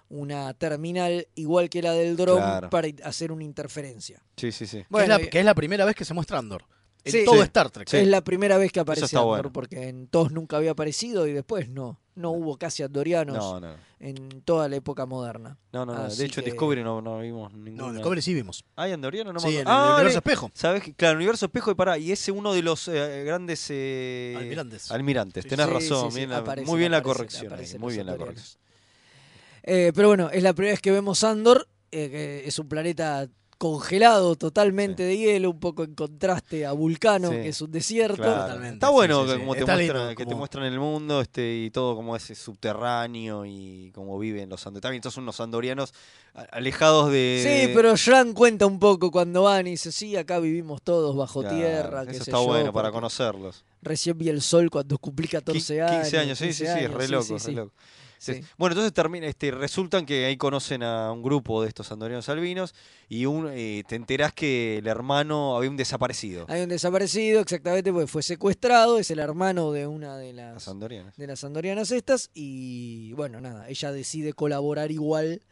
A: una terminal igual que la del dron
B: Claro.
A: para i- hacer una interferencia.
B: Sí, sí, sí.
C: Que es la-
A: Bueno,
C: que, es la,
A: y-
C: primera vez que se muestra Andor. En
A: Sí.
C: todo
A: Sí.
C: Star Trek.
B: Sí.
A: Es la primera vez que aparece
B: está
A: Andor,
B: bueno.
A: porque en TOS nunca había aparecido y después no. No hubo casi andorianos
B: No, no.
A: en toda la época moderna.
B: No, no, no.
A: Así
B: De hecho, en
A: que-
B: Discovery no, no vimos
C: No,
B: ninguna.
C: en Discovery sí vimos.
B: ¿Hay andoriano? No me
C: sí, en el
B: acuerdo. Ah,
C: universo
B: de-
C: espejo.
B: ¿Sabes? qué? Claro, Universo Espejo y pará. Y ese uno de los eh, grandes. eh,
C: Almirantes.
B: Almirantes,
C: Sí,
B: tenés
A: Sí,
B: razón.
A: sí, sí,
B: bien la-
A: aparecen,
B: muy bien la
A: aparecen,
B: corrección. ahí,
A: aparecen
B: muy
A: los
B: bien la
A: andorianos.
B: corrección.
A: Eh, pero bueno, es la primera vez que vemos Andor, eh, que es un planeta congelado totalmente de hielo, un poco en contraste a Vulcano,
B: Sí.
A: que es un desierto.
B: Claro.
C: Totalmente,
B: Está
C: sí,
B: bueno
C: sí,
B: que
C: sí.
B: como te
C: Está
B: muestran,
C: lindo,
B: que te
C: como-
B: muestran el mundo este y todo como es subterráneo y como viven los andorianos. También estos son unos andorianos a- alejados de
A: Sí, pero Jean cuenta un poco cuando van y dice, sí, acá vivimos todos bajo
B: Claro,
A: tierra. qué
B: Eso
A: sé
B: está
A: yo,
B: bueno para
A: porque
B: conocerlos.
A: Recién vi el sol cuando cumplí 14
B: Qui-
A: años.
B: 15 años, sí,
A: 15
B: sí, sí, es
A: años,
B: re loco,
A: sí,
B: es re
A: sí.
B: loco.
A: Sí.
B: Entonces, Bueno, entonces termina, este, resultan que ahí conocen a un grupo de estos andorianos albinos y un, eh, te enterás que el hermano había un desaparecido.
A: Hay un desaparecido, exactamente, porque fue secuestrado, es el hermano de una de
B: Los
A: las
B: andorianos.
A: de las andorianas estas y bueno, nada, ella decide colaborar igual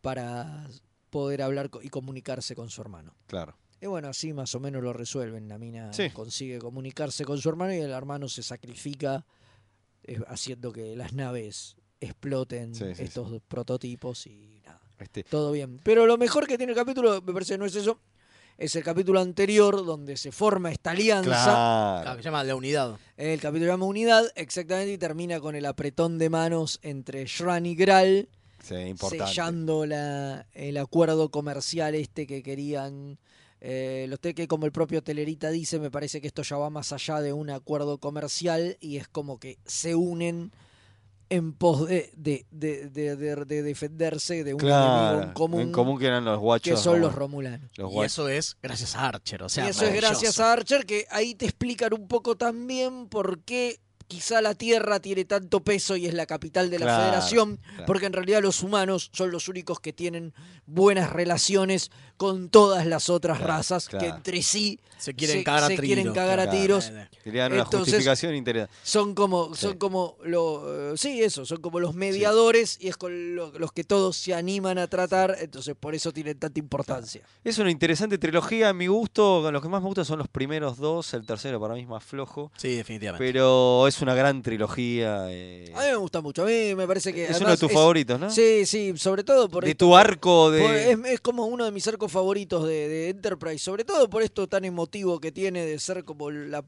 A: para poder hablar co- y comunicarse con su hermano.
B: Claro.
A: Y bueno, así más o menos lo resuelven. La mina
B: Sí.
A: consigue comunicarse con su hermano y el hermano se sacrifica eh, haciendo que las naves exploten
B: Sí, sí, sí.
A: estos prototipos y nada.
B: Este,
A: Todo bien. Pero lo mejor que tiene el capítulo, me parece, no es eso. Es el capítulo anterior donde se forma esta alianza.
C: Ah,
B: claro.
C: que se llama La Unidad.
A: El capítulo llama Unidad, exactamente, y termina con el apretón de manos entre Shran y Gral,
B: Sí, importante.
A: sellando la- el acuerdo comercial este que querían. eh, los te- que como el propio Telerita dice, me parece que esto ya va más allá de un acuerdo comercial y es como que se unen en pos de, de- de- de- de- de defenderse de un enemigo en
B: Claro.
A: común,
B: En común que eran los
A: que
B: guachos.
A: son los
B: romanos.
A: romulanos.
B: Los
C: Y
B: guachos.
C: eso es gracias a Archer. O sea,
A: y eso es
C: maravilloso.
A: gracias a Archer, que ahí te explican un poco también por qué quizá la Tierra tiene tanto peso y es la capital de la
B: Claro,
A: Federación,
B: claro.
A: porque en realidad los humanos son los únicos que tienen buenas relaciones con todas las otras
B: Claro,
A: razas
B: claro.
A: que entre sí
C: Se quieren
A: se-
C: cagar a
A: se
C: tiros.
A: quieren cagar a
B: Claro.
A: tiros.
B: Le dan una
A: Entonces-
B: justificación interesante.
A: Son como, son
B: Sí.
A: como lo, eh, sí, eso, son como los mediadores y es con lo- los que todos se animan a tratar, entonces por eso tienen tanta importancia.
B: Es una interesante trilogía. A mi gusto, los que más me gustan son los primeros dos. El tercero para mí es más flojo.
C: Sí, definitivamente.
B: Pero es una gran trilogía. eh.
A: A mí me gusta mucho, a mí me parece que
B: es uno de
A: además
B: tus
A: es-
B: favoritos, ¿no?
A: Sí, sí, sobre todo por
B: De
A: esto
B: tu
A: que-
B: arco
A: Por-
B: de.
A: Es, es como uno de mis arcos favoritos de, de Enterprise, sobre todo por esto tan emotivo que tiene de ser como la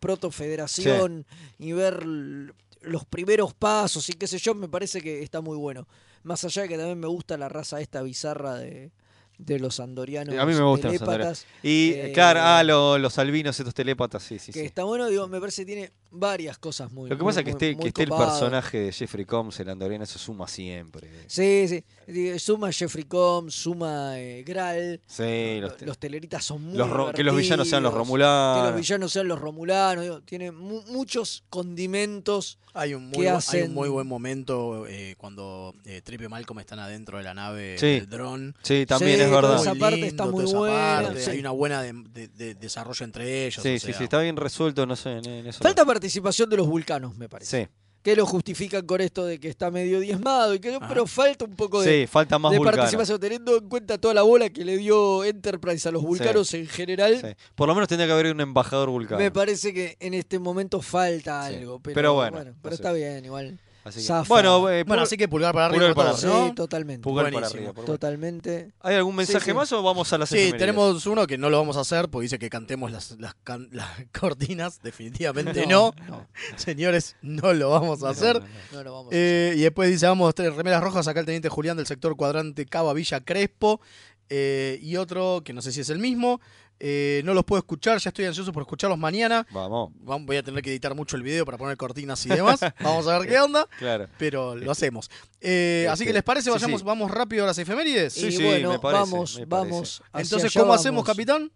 A: protofederación y ver l- los primeros pasos y qué sé yo, me parece que está muy bueno. Más allá de que también me gusta la raza esta bizarra de, de los andorianos.
B: A mí me gustan los
A: telépatas,
B: andorianos. Y
A: eh,
B: claro, ah, lo- los albinos, estos telépatas, sí, sí,
A: Que
B: sí.
A: está bueno, digo, me parece que tiene varias cosas muy
B: Lo que
A: muy-
B: pasa es que
A: muy-
B: esté,
A: muy
B: que esté el
A: copadas.
B: personaje de Jeffrey Combs, el andoriano, eso suma siempre.
A: Sí, sí. Digo, Suma Jeffrey Combs, suma eh, Graal.
B: Sí,
A: Los,
B: los, te-
A: teleritas son muy
B: los ro- que los villanos sean los
A: divertidos, Que los
B: romulanos.
A: villanos sean los romulanos. digo, tiene mu- muchos condimentos.
C: Hay un
A: ¿Qué
C: muy, bu- hay
A: hacen?
C: un muy buen momento eh, cuando eh, Trip y Malcolm están adentro de la nave
B: Sí.
C: del dron.
B: Sí, también
A: Sí,
B: es
A: toda
B: verdad.
A: esa
C: Muy
A: parte
C: lindo,
A: está
C: toda
A: muy
C: esa
A: buena,
C: parte.
A: sí.
C: Hay una buena de- de- de desarrollo entre ellos.
B: Sí,
C: o
B: sí,
C: sea,
B: sí, está bien resuelto, no sé, en, en eso.
A: Falta participación de los vulcanos, me parece.
B: Sí,
A: Que lo justifican con esto de que está medio diezmado. Y que,
C: Ajá.
A: pero falta un poco de,
B: sí, falta más
A: de
B: vulcano.
A: participación, teniendo en cuenta toda la bola que le dio Enterprise a los vulcanos en general.
B: Sí. Por lo menos tendría que haber un embajador vulcano.
A: Me parece que en este momento falta
B: Sí.
A: algo. Pero,
B: Pero
A: bueno,
B: bueno,
A: pero
B: no sé.
A: está bien, igual.
B: Así que-
A: zafa.
B: bueno, eh,
C: Bueno,
B: pul-
C: así que pulgar para arriba,
B: pulgar para
C: todos,
A: Sí,
B: arriba.
C: ¿no?
A: totalmente.
B: pulgar para
C: buenísimo.
B: arriba. por favor.
A: Totalmente.
B: ¿Hay algún mensaje
A: Sí, sí.
B: más o vamos a las
C: Sí,
B: efemérides?
C: tenemos uno que no lo vamos a hacer porque dice que cantemos las, las, can- las (laughs) cortinas. Definitivamente no.
A: No,
C: Señores, no lo vamos a hacer.
A: no lo vamos a
C: Eh, y después dice, vamos, tres remeras rojas, acá el teniente Julián del sector cuadrante Cava Villa Crespo. Eh, y otro, que no sé si es el mismo, eh, no los puedo escuchar, ya estoy ansioso por escucharlos mañana.
B: Vamos,
C: Vam- Voy a tener que editar mucho el video para poner cortinas y
A: (laughs)
C: demás. Vamos a ver qué onda,
B: claro.
C: pero lo hacemos. Eh,
B: Este,
C: así que les parece,
B: sí,
C: vayamos,
B: sí.
C: vamos rápido a las efemérides.
A: Y
B: Sí, sí,
A: bueno,
B: me parece,
A: vamos,
B: me parece.
A: vamos. hacia
C: Entonces,
A: allá
C: ¿cómo hacemos,
A: vamos.
C: capitán?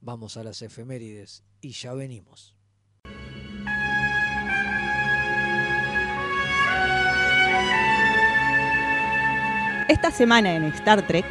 A: Vamos a las efemérides y ya venimos.
F: Esta semana en Star Trek,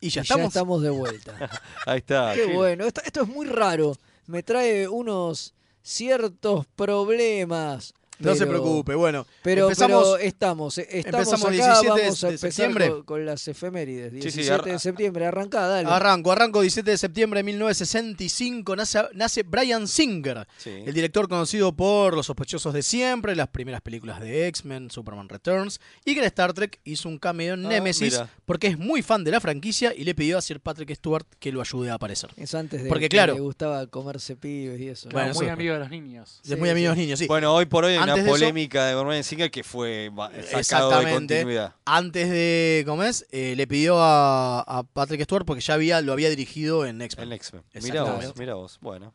C: Y
A: Y
C: ya estamos.
A: de vuelta.
B: Ahí está.
A: (laughs) Qué
B: Gil.
A: bueno. Esto, esto es muy raro. Me trae unos ciertos problemas.
C: No se
A: pero-
C: preocupe, bueno.
A: Pero,
C: empezamos-
A: pero estamos, eh, estamos
C: empezamos
A: acá,
C: 17 de-
A: vamos a
C: de
A: empezar
C: septiembre.
A: Con, con las efemérides.
B: Sí, sí,
A: 17
B: arra-
A: de septiembre, arrancada, dale.
C: Arranco, arranco 17 de septiembre de 1965, nace, nace Brian Singer,
B: Sí.
C: el director conocido por Los sospechosos de siempre, las primeras películas de X-Men, Superman Returns, y que en Star Trek hizo un cameo en
B: Ah,
C: Nemesis
B: mira.
C: porque es muy fan de la franquicia y le pidió a Sir Patrick Stewart que lo ayude a aparecer.
A: Es antes de
C: Porque,
A: que
C: claro.
A: le gustaba comerse pibes y eso. ¿no?
C: Bueno,
D: Claro, muy
C: eso-
D: amigo de los niños.
A: Sí,
C: es muy amigos
A: sí.
C: niños, sí.
B: Bueno, hoy por hoy hay una
C: Antes de eso-
B: polémica de Gorman Singer que fue va- sacado de
C: Exactamente.
B: continuidad.
C: Antes de Gómez, eh, le pidió a, a Patrick Stewart porque ya había, lo había dirigido en
B: El
C: X-Men.
B: X-Men. Mirá vos,
C: Exactamente.
B: mirá vos. Bueno.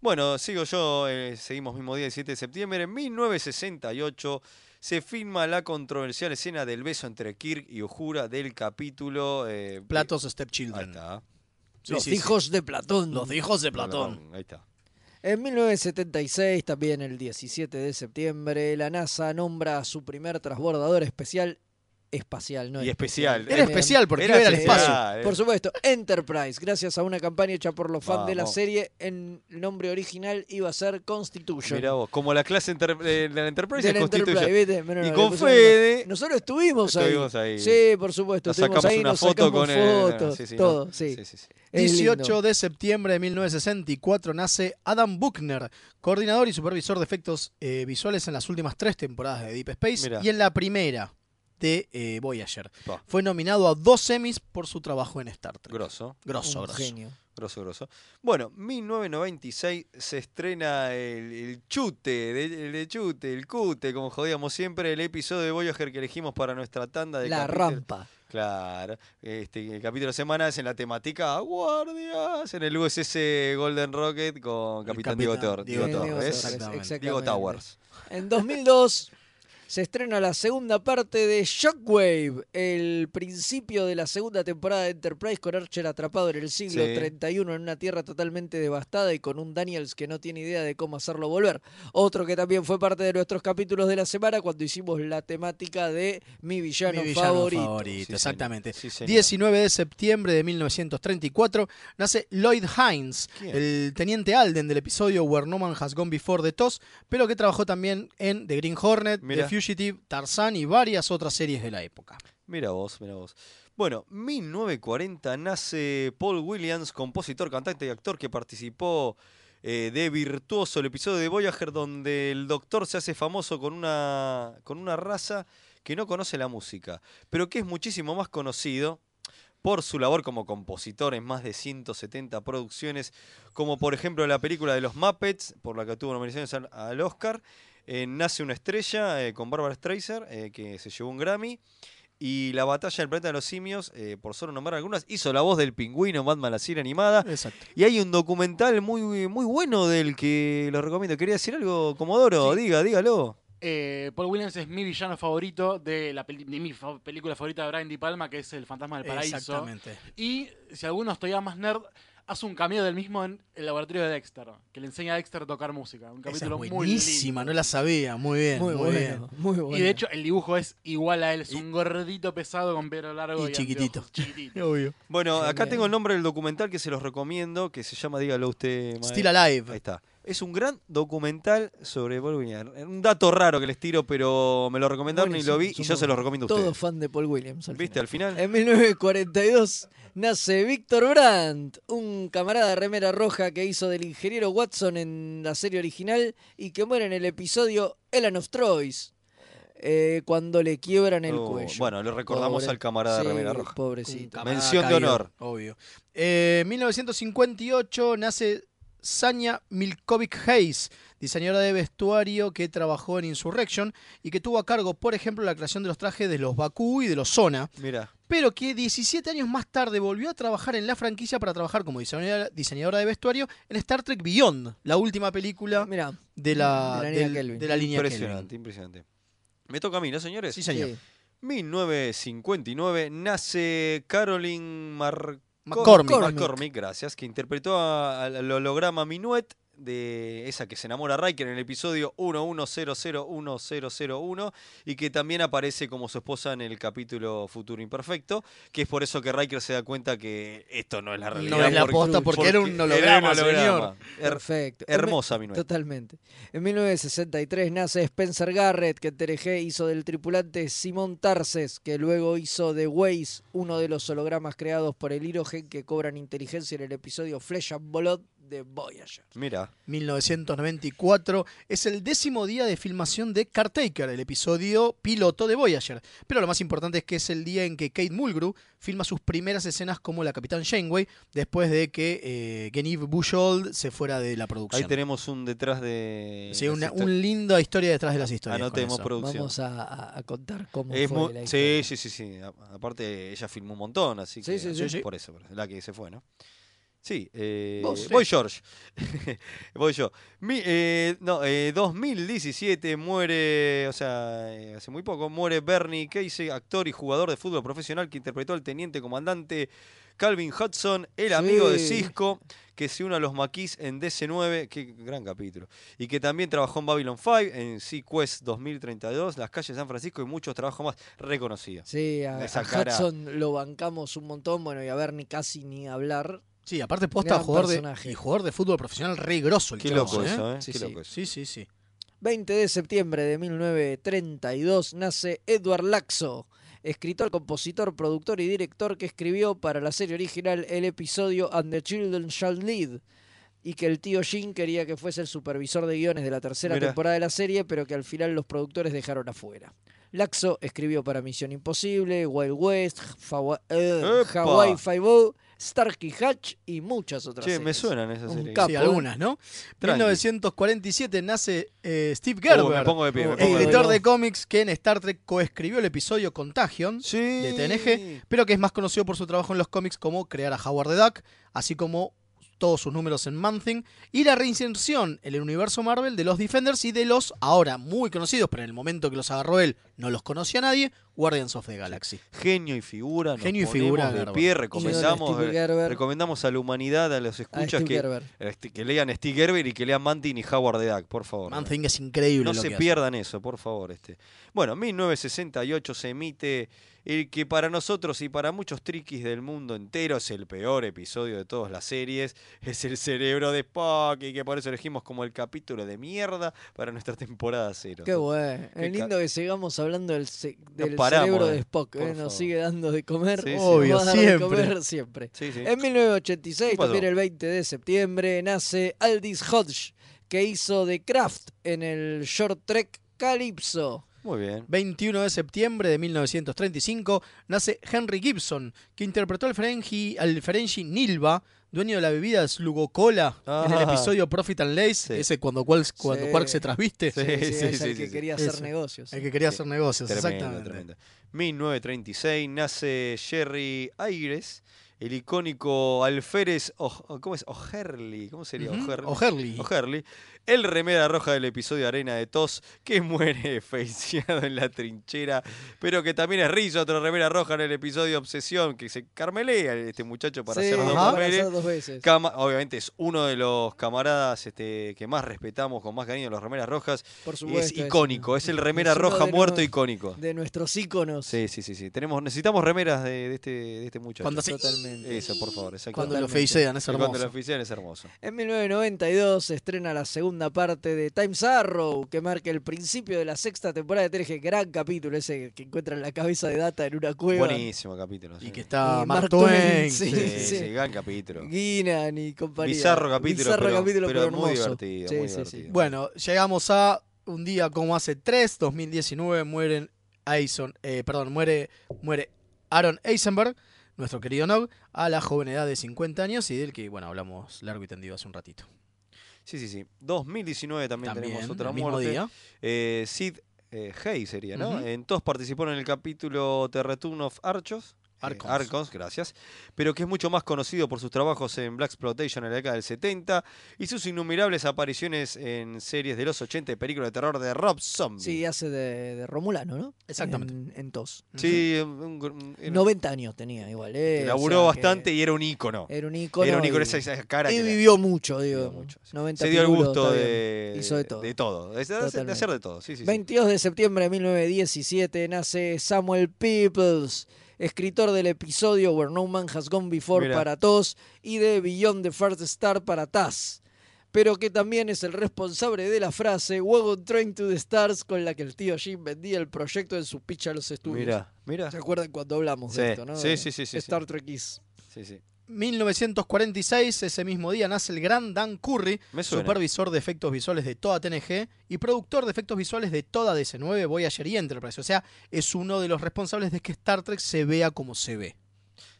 B: Bueno, sigo yo, eh, seguimos mismo día, 17 de septiembre. En 1968 se filma la controversial escena del beso entre Kirk y Uhura del capítulo... eh,
C: Platos
B: Ahí
C: Stepchildren.
B: está.
C: Sí,
A: Los
C: sí, sí.
A: hijos de Platón.
C: Los hijos de Platón.
B: Ahí está.
A: En 1976, también el 17 de septiembre, la NASA nombra a su primer transbordador especial espacial, ¿no?
B: Y especial.
C: Era especial porque
B: Era
C: iba a ir al
B: especial.
C: espacio.
B: Ah, eh.
A: Por supuesto, Enterprise, gracias a una campaña hecha por los fans de la
B: Vamos.
A: serie, en el nombre original iba a ser Constitution.
B: Mirá vos, como la clase enter- eh, de la Enterprise
A: Del
B: es Constitution.
A: Enterprise, ¿viste? Bueno,
B: Y
A: le
B: con
A: pusieron-
B: Fede-
A: Nosotros estuvimos,
B: Estuvimos ahí.
A: Sí, por supuesto.
B: Nos
A: estuvimos
B: sacamos
A: ahí,
B: una
A: nos
B: foto
A: sacamos
B: con él.
A: fotos,
B: Sí, sí, no.
A: todo, sí.
B: Sí, sí, sí.
A: Es lindo.
C: 18 de septiembre de 1964 nace Adam Buckner, coordinador y supervisor de efectos eh, visuales en las últimas tres temporadas de Deep Space
B: Mirá.
C: y en la primera de eh, Voyager.
B: Pa.
C: Fue nominado a dos Emmys por su trabajo en Star Trek.
B: Grosso,
C: grosso,
A: Un
C: grosso.
A: genio.
B: grosso, grosso. Bueno, 1996 se estrena el, el chute, de- el de chute, el cute, como jodíamos siempre, el episodio de Voyager que elegimos para nuestra tanda de
A: La
B: capítulo-
A: rampa.
B: Claro. Este el capítulo de semana es en la temática Guardias, en el USS Golden Rocket con Capitán, Diego,
C: Capitán
B: Tor-
C: Diego
B: Diego
A: Bien,
C: Torres,
B: Torres.
C: exactamente.
B: Diego Towers.
A: En 2002 se estrena la segunda parte de Shockwave, el principio de la segunda temporada de Enterprise con Archer atrapado en el siglo
B: Sí.
A: 31 en una tierra totalmente devastada y con un Daniels que no tiene idea de cómo hacerlo volver. Otro que también fue parte de nuestros capítulos de la semana cuando hicimos la temática de mi villano,
C: Mi villano
A: favorito.
C: favorito,
B: Sí,
C: exactamente.
B: señor. Sí, señor.
C: 19 de septiembre de 1934 nace Lloyd Hines,
B: ¿Quién?
C: el teniente Alden del episodio Where No Man Has Gone Before de TOS, pero que trabajó también en The Green Hornet,
B: Mirá.
C: The Fugitive, Tarzan y varias otras series de la época.
B: Mira vos, mira vos. Bueno, 1940 nace Paul Williams, compositor, cantante y actor que participó eh, de Virtuoso, el episodio de Voyager donde el doctor se hace famoso con una, con una raza que no conoce la música, pero que es muchísimo más conocido por su labor como compositor en más de 170 producciones, como por ejemplo la película de los Muppets, por la que tuvo nominaciones al, al eh, Oscar, en Nace una estrella eh, con Barbara Streisand, eh, que se llevó un Grammy, Y la batalla del planeta de los simios, eh, por solo nombrar algunas, hizo la voz del pingüino en Batman la serie animada.
C: Exacto.
B: Y hay un documental muy, muy bueno del que lo recomiendo. Quería decir algo, Comodoro,
D: Sí.
B: diga, dígalo.
D: Eh, Paul Williams es mi villano favorito de, la peli- de mi fa- película favorita de Brian Di Palma, que es El Fantasma del Paraíso.
C: Exactamente.
D: Y si alguno todavía más nerd, hace un cameo del mismo en el laboratorio de Dexter, que le enseña a Dexter a tocar música. Un
C: Esa es
D: capítulo muy
C: buenísima,
D: lindo.
C: no la sabía. Muy bien, muy,
A: Muy, bueno,
C: bien.
A: muy bueno.
D: Y de hecho, el dibujo es igual a él. Es
C: Y-
D: un gordito pesado con pelo largo
C: y
D: y,
C: chiquitito.
D: anteojos, (laughs) chiquitito.
C: Obvio.
B: Bueno, acá
A: Genial.
B: tengo el nombre del documental que se los recomiendo, que se llama, dígalo usted. maestro.
C: Still
B: Ahí
C: Alive.
B: está. Es un gran documental sobre Paul Williams. Un dato raro que les tiro, pero me lo recomendaron y lo vi y yo
A: Buenísimo,
B: se los recomiendo a
A: Todo
B: ustedes.
A: fan de Paul Williams. al
B: ¿Viste?
A: final.
B: Al final.
A: En 1942 nace Víctor Brandt, un camarada de remera roja que hizo del ingeniero Watson en la serie original y que muere en el episodio Ellen of Troyes eh, cuando le quiebran el
B: Oh,
A: cuello.
B: Bueno, le recordamos
A: Pobre.
B: al camarada
A: Sí,
B: de Remera Roja.
A: Pobrecito.
B: Cam- Mención de honor.
C: Obvio. Eh, 1958 nace Sanya Milkovic Hayes, diseñadora de vestuario que trabajó en Insurrection y que tuvo a cargo, por ejemplo, la creación de los trajes de los Bakú y de los Zona,
B: Mira,
C: pero que 17 años más tarde volvió a trabajar en la franquicia para trabajar como diseñadora, diseñadora de vestuario en Star Trek Beyond, la última película
A: Mirá,
C: de la,
A: de la
C: del-
A: línea
C: de la
A: Kelvin.
C: línea
B: impresionante,
C: Kelvin.
B: impresionante. Me toca a mí, ¿no, señores?
C: Sí, señor.
A: sí.
B: 1959 nace Caroline Mar-
C: McCormick.
B: McCormick, gracias, que interpretó a- al holograma Minuet de esa que se enamora a Riker en el episodio 11001001 y que también aparece como su esposa en el capítulo Futuro Imperfecto, que es por eso que Riker se da cuenta que esto no es la realidad.
C: No es la
B: porque-
C: posta porque, era un holograma, señor.
B: Her-
A: Perfecto. En mi-
B: hermosa Minuet.
A: Totalmente. En 1963 nace Spencer Garrett, que en TNG hizo del tripulante Simón Tarses, que luego hizo de Waze, uno de los hologramas creados por el Hirogen que cobran inteligencia en el episodio Flesh and Blood de Voyager.
B: Mira,
C: 1994 es el décimo día de filmación de Cartaker, el episodio piloto de Voyager. Pero lo más importante es que es el día en que Kate Mulgrew filma sus primeras escenas como la Capitán Janeway después de que eh, Genevieve Bujold se fuera de la
B: ahí
C: producción.
B: tenemos un detrás de...
C: Sí, una,
B: las histo-
C: un linda historia detrás de las historias. con
B: Anotemos
C: eso.
B: producción.
A: Vamos a, a- a contar cómo
B: Es
A: fue
B: mu-
A: la
B: sí,
A: historia.
B: sí, sí, sí. A- Aparte, ella filmó un montón, así
A: Sí,
B: que
A: sí, sí, sí.
B: por eso, por eso, la que se fue, ¿no? Sí, eh,
A: Vos,
B: voy George. (laughs) voy yo. Mi- eh, no, eh, 2017 muere, o sea, eh, hace muy poco, muere Bernie Casey, actor y jugador de fútbol profesional que interpretó al teniente comandante Calvin Hudson, el amigo de
A: Sí.
B: Cisco, que se une a los maquis en DC9, qué gran capítulo y que también trabajó en Babylon 5, en Sequest 2032, Las calles de San Francisco y muchos trabajos más reconocidos.
A: Sí, a,
B: Esa
A: a
B: cara.
A: Hudson lo bancamos un montón, bueno, y a Bernie casi ni hablar.
C: Sí, aparte posta
A: Gran
C: jugador de,
A: personaje.
C: y jugador de fútbol profesional re grosso el
B: Qué
C: chabón,
B: loco
C: ¿eh?
B: eso, ¿eh?
A: Sí,
B: Qué
A: sí.
B: loco eso.
C: Sí, sí, sí.
A: 20 de septiembre de 1932 nace Edward Laxo, escritor, compositor, productor y director que escribió para la serie original el episodio And the Children Shall Lead y que el tío Jim quería que fuese el supervisor de guiones de la tercera
B: Mirá.
A: temporada de la serie, pero que al final los productores dejaron afuera. Laxo escribió para Misión Imposible, Wild West, Fawa- eh,
B: ¡Epa!
A: Hawaii Five-O, Starkey Hatch y muchas otras
B: Che, me
A: series.
B: suenan esas
A: Un
B: series.
A: capo.
C: Sí, algunas, ¿no?
B: eh. Tranqui.
C: 1947 nace eh, Steve
B: Uh,
C: Gerber.
B: me pongo de pie, me
A: Oh,
B: pongo de
C: Editor
A: no.
C: de cómics que en Star Trek coescribió el episodio Contagion,
B: pie. Sí.
C: de TNG, pero que es más conocido por su trabajo en los cómics como crear a Howard the Duck, así como todos sus números en Man Thing, y la reinserción en el universo Marvel de los Defenders y de los ahora muy conocidos, pero en el momento que los agarró él no los conocía nadie, Guardians of the Galaxy.
B: Genio y figura. nos
C: Genio y
B: ponemos
C: figura,
B: de
C: Gerber.
B: pie, recomendamos,
A: Steve
B: eh,
A: Gerber.
B: recomendamos a la humanidad, a los
A: A
B: escuchas
A: Steve
B: que,
A: Ah, Gerber.
B: este, que lean Steve Gerber y que lean Mantin y Howard the Duck, por favor.
C: Man Thing es increíble.
B: No
C: lo
B: se
C: que hace.
B: pierdan eso, por favor. Este. Bueno, 1968 se emite el que para nosotros y para muchos triquis del mundo entero es el peor episodio de todas las series. Es el cerebro de Spock y que por eso elegimos como el capítulo de mierda para nuestra temporada cero.
A: Qué bueno.
B: Qué
A: Es
B: ca-
A: lindo que sigamos hablando del, ce- del
B: paramos,
A: cerebro
B: eh,
A: de Spock.
B: por
A: eh,
B: favor.
A: Nos sigue dando de comer.
B: Sí, sí.
A: Nos
C: Obvio,
A: va a dar de
C: siempre.
A: comer siempre.
B: Sí, sí.
C: Em,
A: En
B: ¿Qué
A: 1986,
B: pasó?
A: también el 20 de septiembre, nace Aldis Hodge, que hizo de Kraft en el short trek Calypso.
B: Muy bien.
C: 21 de septiembre de 1935 nace Henry Gibson, que interpretó al Ferengi, al Ferengi Nilva, dueño de la bebida Slugocola, en el
B: Ah.
C: episodio Profit and Lace,
B: Sí.
C: ese cuando Quark, cuando
A: Sí.
C: Quark se trasviste,
B: Sí,
A: Sí,
B: sí,
A: es
B: sí,
A: el
B: sí,
A: que
B: sí.
A: quería hacer
C: Eso.
A: negocios.
C: el que quería hacer negocios,
B: Tremendo,
C: exactamente.
B: tremendo. 1936 nace Jerry Aires, el icónico alférez, O- ¿cómo es? O'Herlihy, ¿cómo sería?
C: Ujú,
B: O'Herlihy.
C: O'Herlihy.
B: O'Herlihy, el remera roja del episodio Arena de Tos, que (laughs) muere feiseado en la trinchera, pero que también es Rizzo, otro remera roja en el episodio Obsesión, que se carmelea este muchacho para
A: Sí,
B: hacer dos
A: para
B: mujeres.
A: hacer dos veces.
B: Cama- obviamente es uno de los camaradas este, que más respetamos con más cariño, los remeras rojas.
A: Por
B: Es
A: supuesto, es
B: icónico,
A: uno-
B: es, el remera
A: es uno
B: roja
A: de
B: muerto
A: los-
B: icónico.
A: De nuestros íconos.
B: Sí, sí, sí, sí. Tenemos, necesitamos remeras de, de este, de este muchacho.
C: Cuando hace-
A: Totalmente.
B: Eso, por favor, exacto.
C: Cuando lo
A: Totalmente.
C: feisean, es hermoso.
B: Cuando lo oficial es hermoso.
A: En 1992 se estrena la segunda parte de Time's Arrow, que marca el principio de la sexta temporada de TNG. Gran capítulo ese que encuentran la cabeza de Data en una cueva.
B: Buenísimo capítulo.
C: Y
B: sí.
C: que está
A: Y
C: Mark
A: Mark
C: Twain.
A: Twain,
B: Sí,
A: sí,
B: sí,
A: sí.
B: gran capítulo.
A: Guinan y compañía.
B: Bizarro capítulo,
A: Bizarro
B: pero-
A: capítulo,
B: pero muy
A: hermoso.
B: divertido, muy divertido.
C: Bueno, llegamos a un día como hace 3, 2019, mueren Aison, eh, perdón, muere, muere Aaron Eisenberg, nuestro querido Nog, a la joven edad de 50 años y del que, bueno, hablamos largo y tendido hace un ratito.
B: Sí, sí, sí. 2019 también, tenemos otra
C: el mismo
B: muerte.
C: día.
B: Eh, Sid eh, Hay sería, ¿no?
C: Ujú.
B: En todos participaron en el capítulo The Return of Archos. eh,
C: Archons.
B: Archons, gracias. Pero que es mucho más conocido por sus trabajos en Black Exploitation en la década del 70 y sus innumerables apariciones en series de los 80 y películas de terror de Rob Zombie.
A: Sí, hace de, de Romulano, ¿no?
C: Exactamente.
A: En, en TOS.
B: Sí, un- un- era- Este,
A: 90 años tenía igual. Eh,
B: laburó
A: o sea que
B: bastante y era un ícono.
A: Era un ícono.
B: era un ícono
A: y-
B: esa, esa cara.
A: y
B: que era-
A: vivió mucho, digo.
B: vivió mucho, sí.
A: 90
B: se dio el
A: pirulos,
B: gusto
A: está
B: de,
A: bien. Hizo de todo.
B: De, de
A: Totalmente.
B: hacer de todo, sí, sí, sí.
A: 22 de septiembre de 1917 nace Samuel Peoples, escritor del episodio Where No Man Has Gone Before
B: Mirá.
A: para TOS y de Beyond the First Star para TAS, pero que también es el responsable de la frase Wagon Train to the Stars con la que el tío Jim vendía el proyecto en su pitch a los estudios.
B: Mira, mira.
A: ¿Se acuerdan cuando hablamos
B: Sí,
A: de esto, no?
B: sí,
A: De
B: sí, sí, sí, sí.
A: Star Trek Is.
B: Sí, sí.
C: 1946, ese mismo día, nace el gran Dan Curry,
B: Me suena.
C: supervisor de efectos visuales de toda TNG y productor de efectos visuales de toda DC9, Voyager y Enterprise. O sea, es uno de los responsables de que Star Trek se vea como se ve.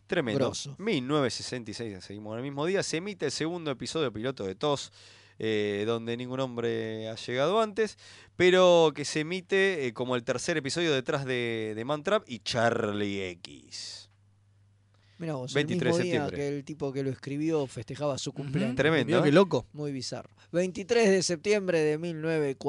B: Tremendo.
A: Grosso.
B: 1966, seguimos en el mismo día, se emite el segundo episodio piloto de TOS, eh, donde ningún hombre ha llegado antes, pero que se emite eh, como el tercer episodio detrás de, de Mantrap y Charlie X.
A: Mira vos, el
B: 23 de
A: mismo día
B: septiembre.
A: que el tipo que lo escribió festejaba su cumpleaños.
B: Tremendo.
C: Mirá qué
B: ¿eh?
C: loco.
A: Muy bizarro. 23 de septiembre de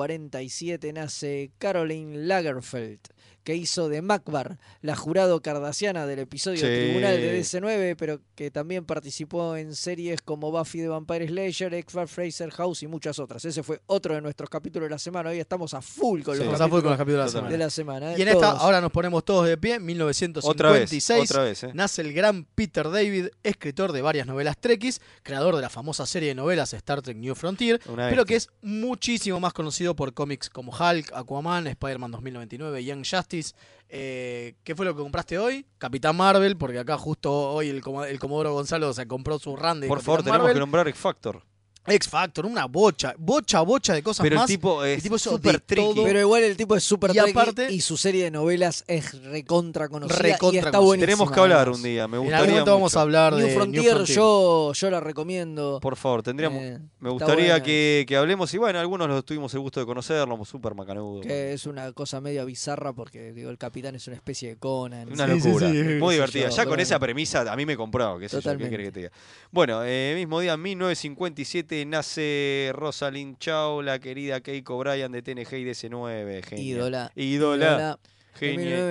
A: 1947 nace Caroline Lagerfeld, que hizo de Macbar, la jurado cardasiana del episodio
B: Sí.
A: Tribunal de DC9, pero que también participó en series como Buffy the Vampire Slayer, x Fraser House y muchas otras. Ese fue otro de nuestros capítulos de la semana. Hoy estamos a full con
B: Sí.
A: los
B: Estamos
C: Vamos a
A: capítulos
C: full con los capítulos de la
A: de
C: semana.
A: la semana. ¿eh?
C: Y en esta,
A: Todos.
C: ahora nos ponemos todos de pie, 1956.
B: Otra vez, otra vez. ¿eh?
C: Nace el gran Peter David, escritor de varias novelas Trekkies, creador de la famosa serie de novelas Star Trek New Frontier,
B: Una
C: pero
B: bestia.
C: que es muchísimo más conocido por cómics como Hulk, Aquaman, Spider-Man 2099, Young Justice. Eh, ¿Qué fue lo que compraste hoy? Capitán Marvel, porque acá justo hoy el, como- el Comodoro Gonzalo se compró su rande.
B: Por favor, tenemos que nombrar X Factor.
C: X Factor, una bocha, bocha, bocha de cosas
B: Pero el
C: más.
B: tipo es
C: tipo es de
B: súper tricky.
C: todo.
A: Pero igual el tipo es súper
C: Y
A: trekkie
C: aparte-
A: y su serie de novelas es recontra conocida y
C: Recontra
A: está
C: conocida.
A: buenísima.
B: Tenemos que hablar
A: además.
B: un día, me
C: en
B: gustaría
C: algún momento vamos
B: mucho.
C: a hablar
A: New
C: de
A: Frontier,
C: New Frontier.
A: Yo, yo la recomiendo.
B: Por favor, tendríamos,
A: Eh,
B: me
A: está
B: gustaría
A: buena.
B: que, que hablemos. Y bueno, algunos los tuvimos el gusto de conocerlos, súper macanudo.
A: Que es una cosa media bizarra porque digo, el capitán es una especie de Conan.
B: Una
C: Sí, sí,
B: locura.
C: sí, qué
B: Muy
A: sé yo,
B: divertida. Ya con
A: bueno.
B: esa premisa a mí me compró. Qué sé yo, ¿qué
A: Totalmente.
B: querés que te diga? Bueno, eh, mismo día, en 1957, nace Rosalind Chao, la querida Keiko Bryan de TNG y DC9. Genia.
A: Ídola.
B: Ídola.
A: Ídola. En
B: Genia.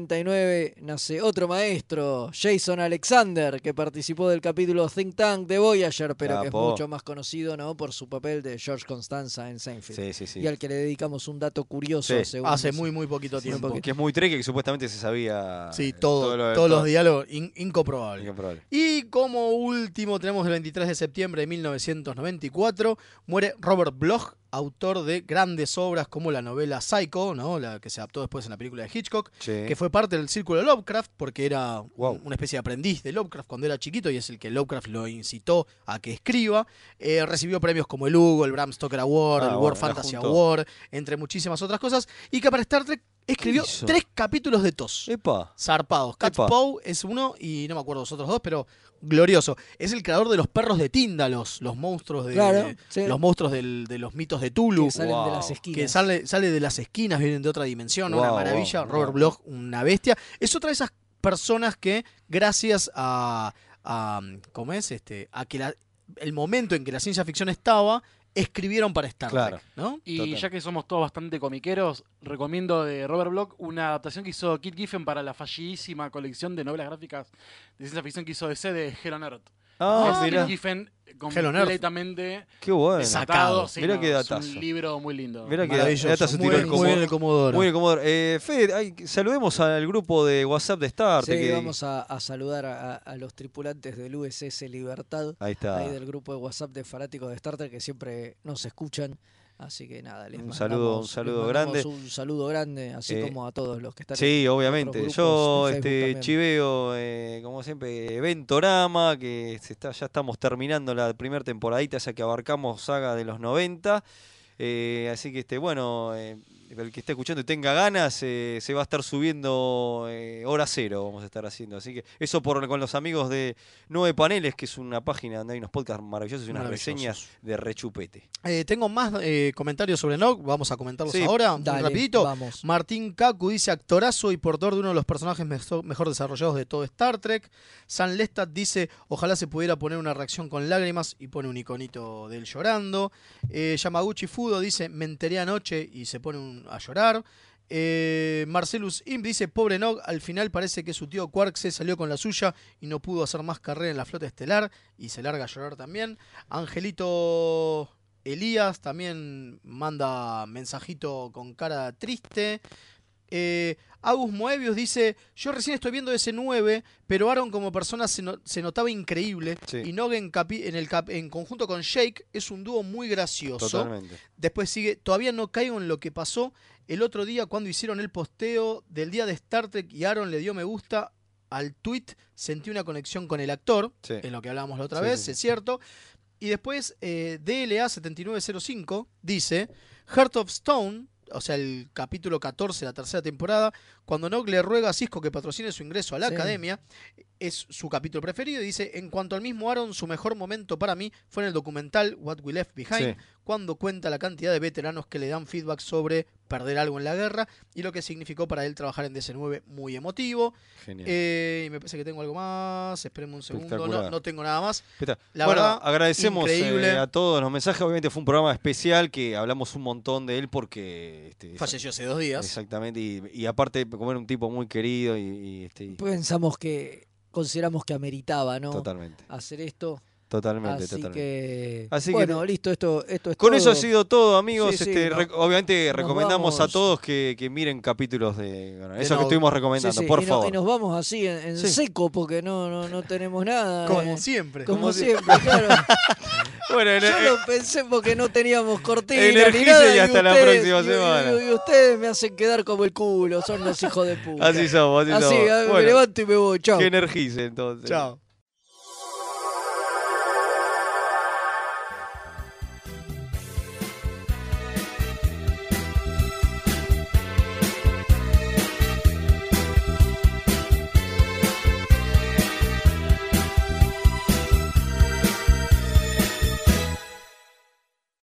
A: 1959 nace otro maestro, Jason Alexander, que participó del capítulo Think Tank de Voyager, pero que es
B: Capo.
A: mucho más conocido ¿no? por su papel de George Constanza en Seinfeld.
B: Sí, sí, sí.
A: Y al que le dedicamos un dato curioso
B: Sí.
A: según
C: Hace
A: dice.
C: muy, muy poquito
A: Sí, un
C: tiempo.
A: poquito.
B: Que es muy trek que supuestamente se sabía.
C: Sí,
B: eh,
C: todo,
B: lo de-
C: todos
B: todo.
C: los diálogos in- incomprobables.
B: Incomprobable.
C: Y como último tenemos el 23 de septiembre de 1994, muere Robert Bloch, autor de grandes obras como la novela Psycho, ¿no? la que se adaptó después en la película de Hitchcock,
B: Sí.
C: que fue parte del círculo de Lovecraft porque era un-
B: Wow.
C: una especie de aprendiz de Lovecraft cuando era chiquito y es el que Lovecraft lo incitó a que escriba. Eh, recibió premios como el Hugo, el Bram Stoker Award,
B: Ah,
C: el
B: bueno,
C: World
B: la
C: Fantasy
B: juntó.
C: Award, entre muchísimas otras cosas, y que para Star Trek escribió
B: hizo?
C: tres capítulos de tos.
B: Epa.
C: Zarpados. Cat
B: Epa.
C: Poe es uno y no me acuerdo los otros dos, pero glorioso. Es el creador de los perros de Tíndalos, los monstruos de
A: Claro, sí.
C: los monstruos del- de los mitos de Tulu.
A: que salen
B: Wow.
A: de las esquinas.
C: Que sale, sale de las esquinas, vienen de otra dimensión, una
B: Wow,
C: maravilla.
B: wow,
C: Robert
B: wow.
C: Bloch, una bestia. Es otra de esas personas que, gracias a. a, ¿Cómo es? Este, a que la- el momento en que la ciencia ficción estaba, escribieron para Star Trek.
B: Claro.
C: ¿no?
D: Y
B: Total.
D: ya que somos todos bastante comiqueros, recomiendo de Robert Bloch una adaptación que hizo Kit Giffen para la fallidísima colección de novelas gráficas de ciencia ficción que hizo DC de Hell on Earth.
B: Ah,
D: Es
B: mirá.
D: Kit Giffen
C: Hell on Earth.
D: completamente
B: Qué bueno.
C: Exacto.
D: desatado. sí,
B: Mirá
D: no,
B: qué
D: es
B: datazo.
D: un libro muy lindo.
B: Mirá que
C: Maravilloso.
B: data se
C: Muy,
B: tiró el
C: bien,
B: Comodoro.
C: muy bien el Comodoro.
B: Muy bien, Comodoro. Eh, Fede, ay, saludemos al grupo de WhatsApp de Star
A: Sí,
B: Trek. que-
A: vamos a, a saludar a, a los tripulantes del USS Libertad,
B: Ahí está.
A: ahí del grupo de WhatsApp de fanáticos de Star Trek que siempre nos escuchan. Así que nada, les
B: Un
A: mandamos-
B: saludo, un
A: les
B: saludo
A: mandamos
B: grande.
A: Un saludo grande, así
B: Eh,
A: como a todos los que están
B: Sí, obviamente.
A: otros
B: Yo
A: grupos en Facebook
B: este,
A: también.
B: chiveo, eh, como siempre, Ventorama, que se está, ya estamos terminando la primera temporadita, ya que abarcamos saga de los 90. Eh, así que, este, bueno, eh, el que esté escuchando y tenga ganas, eh, se va a estar subiendo eh, hora cero, vamos a estar haciendo. Así que eso por, con los amigos de Nueve Paneles, que es una página donde hay unos podcasts maravillosos y unas
C: Maravillosos.
B: reseñas de rechupete.
C: Eh, tengo más eh, comentarios sobre Nog, vamos a comentarlos
B: Sí,
C: ahora, muy
A: Dale,
C: rapidito.
A: Vamos.
C: Martín Kaku dice actorazo y portador de uno de los personajes meso- mejor desarrollados de todo Star Trek. San Lestat dice ojalá se pudiera poner una reacción con lágrimas y pone un iconito de él llorando. Eh, Yamaguchi Fudo dice me enteré anoche y se pone un- a llorar. Eh, Marcelus Imp dice pobre Nog, al final parece que su tío Quark se salió con la suya y no pudo hacer más carrera en la flota estelar y se larga a llorar también. Angelito Elías también manda mensajito con cara triste. Eh, Agus Moebius dice: Yo recién estoy viendo ese 9, pero Aaron como persona se, no- se notaba increíble.
B: Sí.
C: Y Nog en, capi- en el cap- en conjunto con Jake es un dúo muy gracioso.
B: Totalmente.
C: Después sigue, todavía no caigo en lo que pasó el otro día cuando hicieron el posteo del día de Star Trek y Aaron le dio me gusta al tweet, sentí una conexión con el actor,
B: Sí.
C: en lo que hablábamos la otra
B: Sí,
C: vez,
B: sí, sí.
C: es cierto. Y después eh, DLA7905 dice, Heart of Stone, o sea, el capítulo 14 de la tercera temporada, cuando Nog le ruega a Cisco que patrocine su ingreso a la
A: Sí.
C: academia, es su capítulo preferido, y dice, en cuanto al mismo Aaron, su mejor momento para mí fue en el documental What We Left Behind,
B: Sí.
C: cuando cuenta la cantidad de veteranos que le dan feedback sobre perder algo en la guerra y lo que significó para él trabajar en DC9 muy emotivo.
B: Genial.
C: Eh, y me parece que tengo algo más, esperemos un segundo,
B: Espectacular.
C: no, no tengo nada más.
B: Peta,
C: La
B: bueno,
C: verdad,
B: agradecemos
C: increíble.
B: eh, a todos los mensajes. Obviamente fue un programa especial que hablamos un montón de él porque. este,
C: Falleció hace dos días.
B: Exactamente, y, y aparte, como era un tipo muy querido y. y, este, y-
A: Pensamos que consideramos que ameritaba, ¿no?
B: Totalmente,
A: Hacer esto.
B: totalmente,
A: Así
B: totalmente.
A: que,
B: Así que-
A: bueno, listo, esto, esto es
B: Con eso
A: todo.
B: ha sido todo, amigos.
A: Sí, sí,
B: este,
A: no-
B: re- obviamente
A: nos
B: recomendamos a
A: vamos.
B: todos que, que miren capítulos de. bueno, eso que
C: no-
B: estuvimos
A: Sí,
B: recomendando,
A: sí,
B: por
A: y no-
B: favor.
A: y nos vamos así en, en
B: Sí.
A: seco porque no, no, no tenemos nada.
C: Como
A: eh.
C: siempre.
A: Como
B: Como
A: siempre, claro.
B: Bueno, eh, en-
A: Yo lo pensé porque no teníamos cortina.
B: Energice
A: ni nada,
B: y hasta la
A: ustedes-
B: próxima
A: y- y-
B: semana.
A: Y, ustedes me hacen quedar como el culo, son los hijos de puta.
B: así somos, así,
A: Así,
B: somos.
A: ah, me
B: Bueno,
A: levanto y me voy, chao.
B: que energice entonces.
C: Chao.